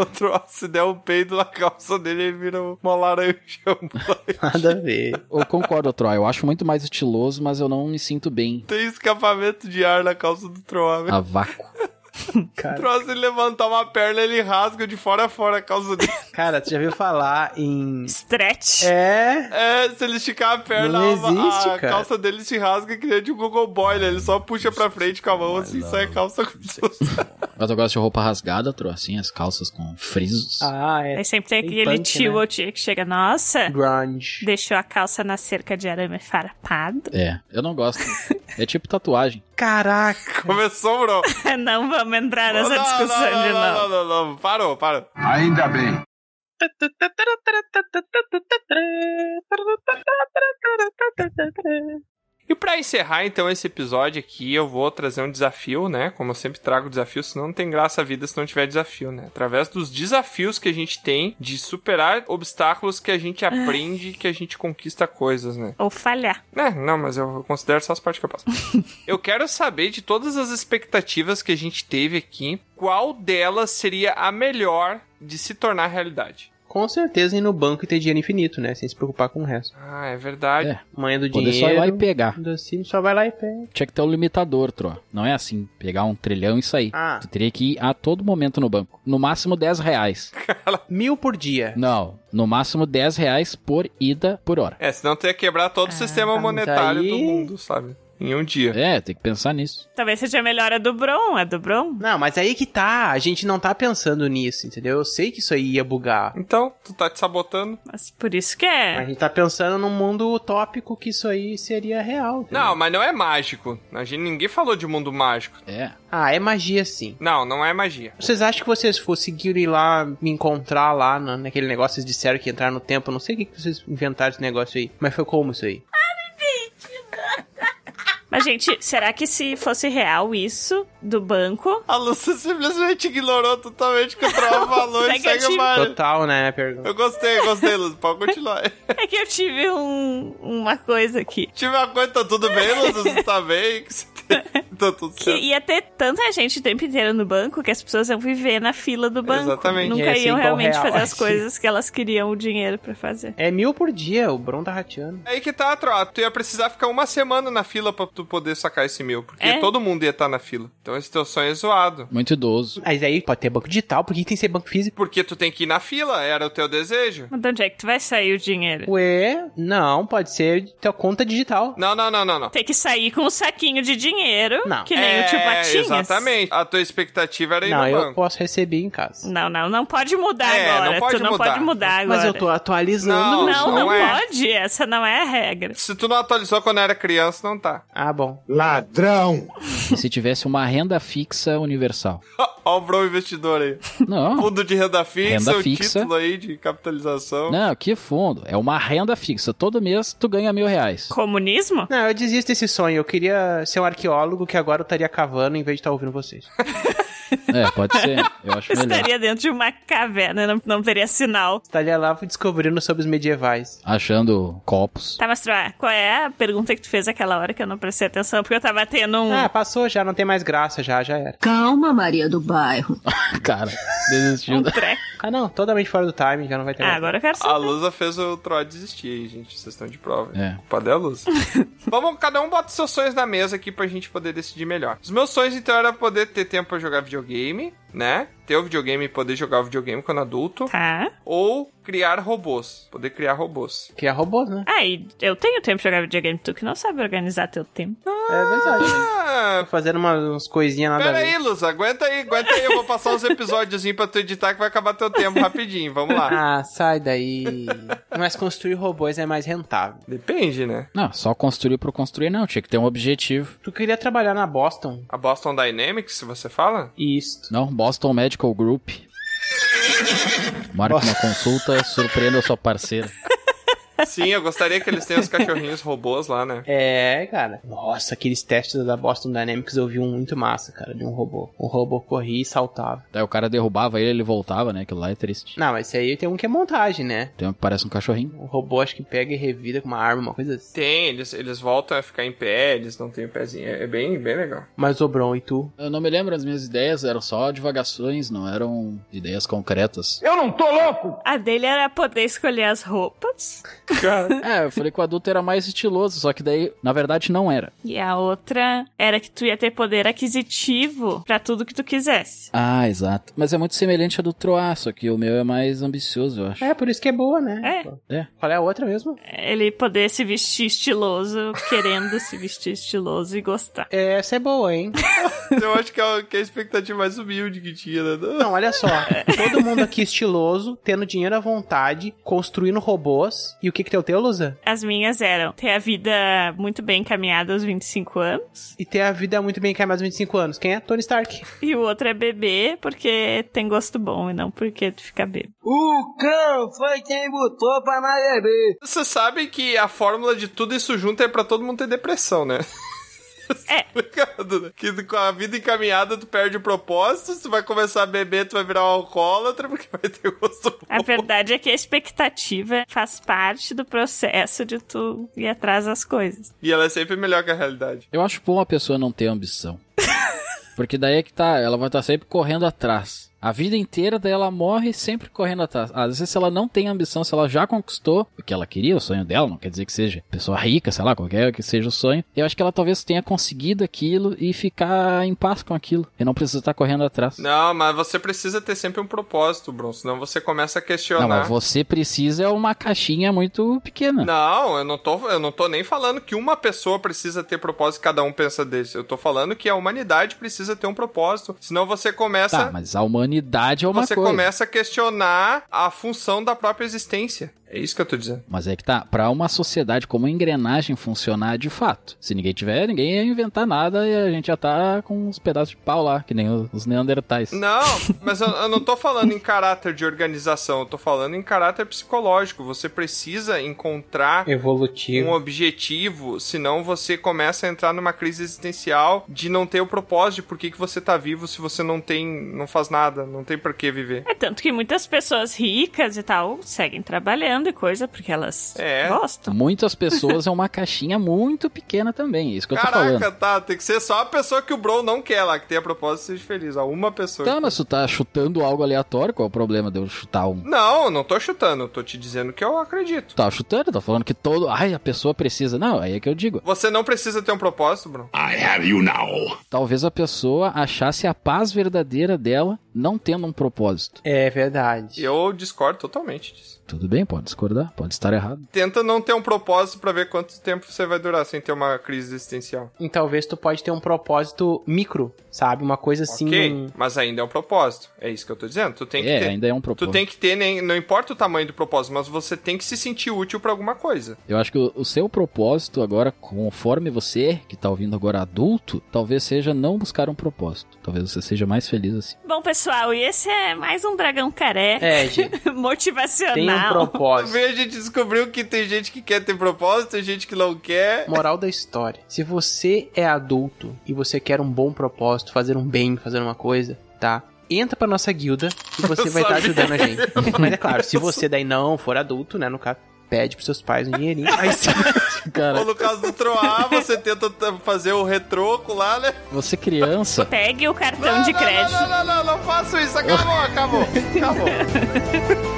O Troll, se der um peido na calça dele, ele vira uma laranja (laughs) ambulante.
Nada a ver.
Eu concordo, Troll. Eu acho muito mais estiloso, mas eu não me sinto bem.
Tem escapamento de ar na calça do Troll.
A vácuo.
Cara. Troll, se ele levantar uma perna, ele rasga de fora a fora a
(laughs)
calça dele.
Cara, tu já viu falar em.
Stretch?
É.
É, se ele esticar a perna,
Não existe,
a, a calça dele se rasga que nem de um Google Boy, né? Ele só puxa pra
é
frente com a mão assim e sai a calça com
Mas eu gosto de roupa rasgada, Troll, assim, as calças com frisos.
Ah, é.
Aí sempre tem aquele punk, tio né? ou tia que chega, nossa.
Grunge.
Deixou a calça na cerca de arame farpado. (laughs)
É, eu não gosto. é tipo tatuagem.
Caraca.
(laughs) Começou, bro.
não vamos entrar nessa não, discussão
não,
de
não,
novo.
Não, não, não, não, parou, parou.
Ainda bem.
E para Pra encerrar então esse episódio aqui, eu vou trazer um desafio, né? Como eu sempre trago desafio, senão não tem graça a vida se não tiver desafio, né? Através dos desafios que a gente tem de superar obstáculos que a gente aprende, que a gente conquista coisas, né?
Ou falhar.
É, não, mas eu considero só as partes que eu passo. eu quero saber de todas as expectativas que a gente teve aqui, qual delas seria a melhor de se tornar realidade?
Com certeza ir no banco e ter dinheiro infinito, né? Sem se preocupar com o resto.
Ah, é verdade. É.
Manhã do
Poder
dinheiro.
só ir lá e pegar.
Docinho, só vai lá e pega.
Tinha que ter o limitador, Tro. Não é assim, pegar um trilhão e sair.
Ah.
Tu teria que ir a todo momento no banco. No máximo 10 reais.
Mil por dia.
Não, no máximo 10 reais por ida por hora.
É, senão tu ia quebrar todo o sistema
mas
monetário do
aí-
mundo, sabe? Em um dia.
É, tem que pensar nisso.
Talvez seja melhor a do Bron, a do Bron.
Não, mas aí que tá. A gente não tá pensando nisso, entendeu? Eu sei que isso aí ia bugar.
Então, tu tá te sabotando.
Mas por isso que é.
A gente tá pensando num mundo utópico que isso aí seria real. entendeu?
Não, mas não é mágico. A gente, ninguém falou de mundo mágico.
É.
Ah, é magia sim.
Não, não é magia.
Vocês acham que vocês conseguiram ir lá, me encontrar lá na- naquele negócio? Vocês disseram que entrar no tempo. eu Não sei o que que vocês inventaram esse negócio aí. Mas foi como isso aí?
Mas, gente, será que se fosse real isso do banco? (laughs)
A Lúcia simplesmente ignorou totalmente que o Troll falou e
Segue a
segue
time.
mais.
Total, né? Pergunta.
Eu gostei, gostei, Lúcia. Pode continuar.
É que eu tive um, uma coisa aqui.
Tive uma coisa, tá tudo bem, Lúcia? Você tá
(laughs)
bem? Que você tem- Tá tudo
Que
certo.
ia ter tanta gente o tempo inteiro no banco que as pessoas iam viver na fila do banco.
Ia
Exatamente.
Nunca
ser
iam
igual
realmente
real, (laughs)
fazer as
assim.
coisas que elas queriam o dinheiro pra fazer.
É mil por dia, o Bron tá rateando.
Aí que tá, Troll. Tu ia precisar ficar uma semana na fila pra tu poder sacar esse mil. Porque
É.
todo mundo ia estar na fila. Então esse teu sonho é zoado.
Muito idoso.
Mas aí pode ter banco digital, por que tem que ser banco físico?
Porque tu tem que ir na fila, era o teu desejo.
Mas de onde é que tu vai sair o dinheiro?
Ué, não, pode ser de tua conta digital.
Não, não, não, não, não.
Tem tipo, que sair com um saquinho de dinheiro,
Não.
que nem
é,
o tio Patinhas.
Exatamente. A tua expectativa era ir
Não,
no
eu
banco.
posso receber em casa.
Não, não, não pode mudar
É,
agora.
não pode
tu não
mudar.
pode mudar agora.
Mas eu tô atualizando.
Não,
meu
Não,
sonho.
não,
não é.
pode. Essa não é a regra.
Se tu não atualizou quando era criança, não tá. (laughs)
Ah, bom.
Ladrão!
E se tivesse uma renda fixa universal?
Ó o bro investidor aí.
Não.
Fundo de renda fixa,
Renda
o
fixa.
título aí de capitalização.
Não, que fundo. É uma renda fixa. Todo mês tu ganha mil reais.
Comunismo?
Não, eu desisto desse sonho. Eu queria ser um arqueólogo que agora eu estaria cavando em vez de estar ouvindo vocês.
É, pode ser. Eu acho
Eu
melhor.
estaria dentro de uma caverna, não, não teria sinal.
Estaria lá descobrindo sobre os medievais.
Achando copos.
Tá, mas Troá, qual é a pergunta que tu fez aquela hora que eu não prestei atenção? Porque eu tava tendo um.
Ah, passou já, não tem mais graça já, já era.
Calma, Maria do Bairro.
Cara, desistiu. da-
um treco.
Ah, não, totalmente fora do time, já não
É.
vai ter
Ah,
mais.
agora eu quero saber.
A Lusa fez o Troy desistir aí, gente. Vocês estão de prova.
É.
Culpa dela, Lusa. Vamos, cada um bota os seus sonhos na mesa aqui pra gente poder decidir melhor. Os meus sonhos, então, era poder ter tempo pra jogar videogame, né? Ter o videogame e poder jogar o videogame quando adulto.
Tá.
Ou criar robôs. Poder criar robôs.
Criar robôs, né?
Ah, e eu tenho tempo de jogar videogame, tu que não sabe organizar teu tempo.
É verdade.
Ah,
Tô Tá fazendo umas, umas coisinhas nada
Pera
a
aí,
ver.
Luz, aguenta aí, aguenta aí. Eu vou passar uns episódios pra tu editar que vai acabar teu tempo rapidinho. Vamos lá.
Ah, sai daí. Mas construir robôs é mais rentável.
Depende, né?
Não, só construir por construir não. Tinha que ter um objetivo.
Tu queria trabalhar na Boston?
A Boston Dynamics, se você fala?
Isso.
Não, Boston Medical Group. Marque uma consulta, surpreenda a sua parceira.
Sim, eu gostaria que eles tenham os cachorrinhos robôs lá, né?
É, cara. Nossa, aqueles testes da Boston Dynamics eu vi um muito massa, cara, de um robô. Um robô corria e saltava.
Daí o cara derrubava ele, ele voltava, né? Aquilo lá é triste.
Não, mas isso aí tem um que é montagem, né?
Tem um que parece um cachorrinho.
Um robô acho que pega e revida com uma arma, uma coisa assim.
Tem, eles, eles voltam a ficar em pé, eles não têm o pezinho. É, é bem, bem (laughs) legal.
Mas o Bron e tu?
Eu não me lembro, as minhas ideias eram só divagações, não eram ideias concretas.
Eu não tô louco!
A dele era poder escolher as roupas.
É, eu falei que o adulto era mais estiloso, só que daí, na verdade, não era.
E a outra era que tu ia ter poder aquisitivo pra tudo que tu quisesse.
Ah, exato. Mas é muito semelhante à do Troá, só que o meu é mais ambicioso, eu acho.
É, por isso que é boa, né?
É.
É.
Qual é a outra mesmo?
Ele poder se vestir estiloso, querendo se vestir estiloso e gostar.
É, essa é
(laughs)
boa, hein?
Eu acho que é, o- que é a expectativa mais humilde que tinha, né?
Não, olha só. Todo mundo aqui estiloso, tendo dinheiro à vontade, construindo robôs. E o
que que tem o teu, Lusa?
As minhas eram ter a vida muito bem encaminhada aos 25 anos.
E ter a vida muito bem encaminhada aos 25 anos. Quem é? Tony Stark.
E o outro é beber porque tem gosto bom e não porque tu fica bêbado.
O cão foi quem botou pra nós beber.
Você sabe que a fórmula de tudo isso junto é pra todo mundo ter depressão, né? (laughs)
É.
que com a vida encaminhada tu perde o propósito, tu vai começar a beber, tu vai virar um alcoólatra, porque vai ter gosto bom.
A verdade é que a expectativa faz parte do processo de tu ir atrás das coisas.
E ela é sempre melhor que a realidade.
Eu acho bom a pessoa não ter ambição. Porque daí é que tá, ela vai estar sempre correndo atrás. A vida inteira daí ela morre sempre correndo atrás. Às vezes se ela não tem ambição, se ela já conquistou o que ela queria, o sonho dela, não quer dizer que seja pessoa rica, sei lá, qualquer que seja o sonho. Eu acho que ela talvez tenha conseguido aquilo e ficar em paz com aquilo. E não precisa estar correndo atrás.
Não, mas você precisa ter sempre um propósito, Bruno, senão você começa a
Não,
questionar.
mas você precisa é uma caixinha muito pequena.
Não, eu não tô, eu não tô nem falando que uma pessoa precisa ter propósito, cada um pensa desse. Eu tô falando que a humanidade precisa ter um propósito, senão você começa
Tá, mas a humanidade é uma
você
coisa.
começa a questionar a função da própria existência. É isso que eu tô dizendo.
Mas é que tá, pra uma sociedade como a engrenagem funcionar de fato. Se ninguém tiver, ninguém ia inventar nada e a gente já tá com uns pedaços de pau lá, que nem os neandertais.
Não, mas eu, eu não tô falando em caráter de organização, eu tô falando em caráter psicológico. Você precisa encontrar
Evolutivo.
um objetivo, senão você começa a entrar numa crise existencial de não ter o propósito de por que, que você tá vivo se você não tem, não faz nada, não tem por que viver.
É tanto que muitas pessoas ricas e tal seguem trabalhando e coisa porque elas
É.
gostam.
Muitas pessoas é uma caixinha muito pequena também, é isso que eu tô falando.
Caraca, tá, tem que ser só a pessoa que o Bro não quer lá, que tenha propósito de ser feliz, ó, uma pessoa.
Tá, mas tu tá chutando algo aleatório, qual é o problema de eu chutar um?
Não, eu não tô chutando, eu tô te dizendo que eu acredito.
Tá chutando, tá falando que todo. Ai, a pessoa precisa. Não, aí é que eu digo.
Você não precisa ter um propósito, Bruno.
I have you now.
Talvez a pessoa achasse a paz verdadeira dela não tendo um propósito.
É verdade.
Eu discordo totalmente disso.
Tudo bem, pode discordar, pode estar errado.
Tenta não ter um propósito pra ver quanto tempo você vai durar sem ter uma crise existencial.
E talvez tu pode ter um propósito micro, sabe? Uma coisa assim.
ok,
um-
mas ainda é um propósito. É isso que eu tô dizendo. Tu tem que
É,
ter.
ainda é um propósito.
Tu tem que ter, nem, não importa o tamanho do propósito, mas você tem que se sentir útil pra alguma coisa.
Eu acho que o, o seu propósito agora, conforme você, que tá ouvindo agora adulto, talvez seja não buscar um propósito. Talvez você seja mais feliz assim.
Bom, pessoal, e esse é mais um dragão careca
É, gente.
(laughs) motivacional.
Tem um propósito.
Vê, a gente descobriu que tem gente que quer ter propósito, tem gente que não quer.
Moral da história. Se você é adulto e você quer um bom propósito, fazer um bem, fazer uma coisa, tá? Entra pra nossa guilda e você
Eu
vai estar
sabia.
ajudando a gente. Mas é claro, se você daí não for adulto, né? No caso, pede pros seus pais um dinheirinho. Aí sim.
Cara,
Ou no caso do Troá, você tenta t- fazer o retroco lá, né?
você criança.
Pegue o cartão de
não,
crédito.
Não, não, não, não, não faço isso. Acabou, acabou, acabou.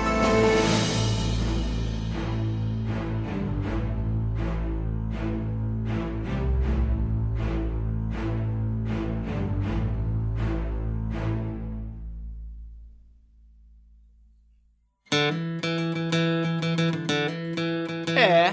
É,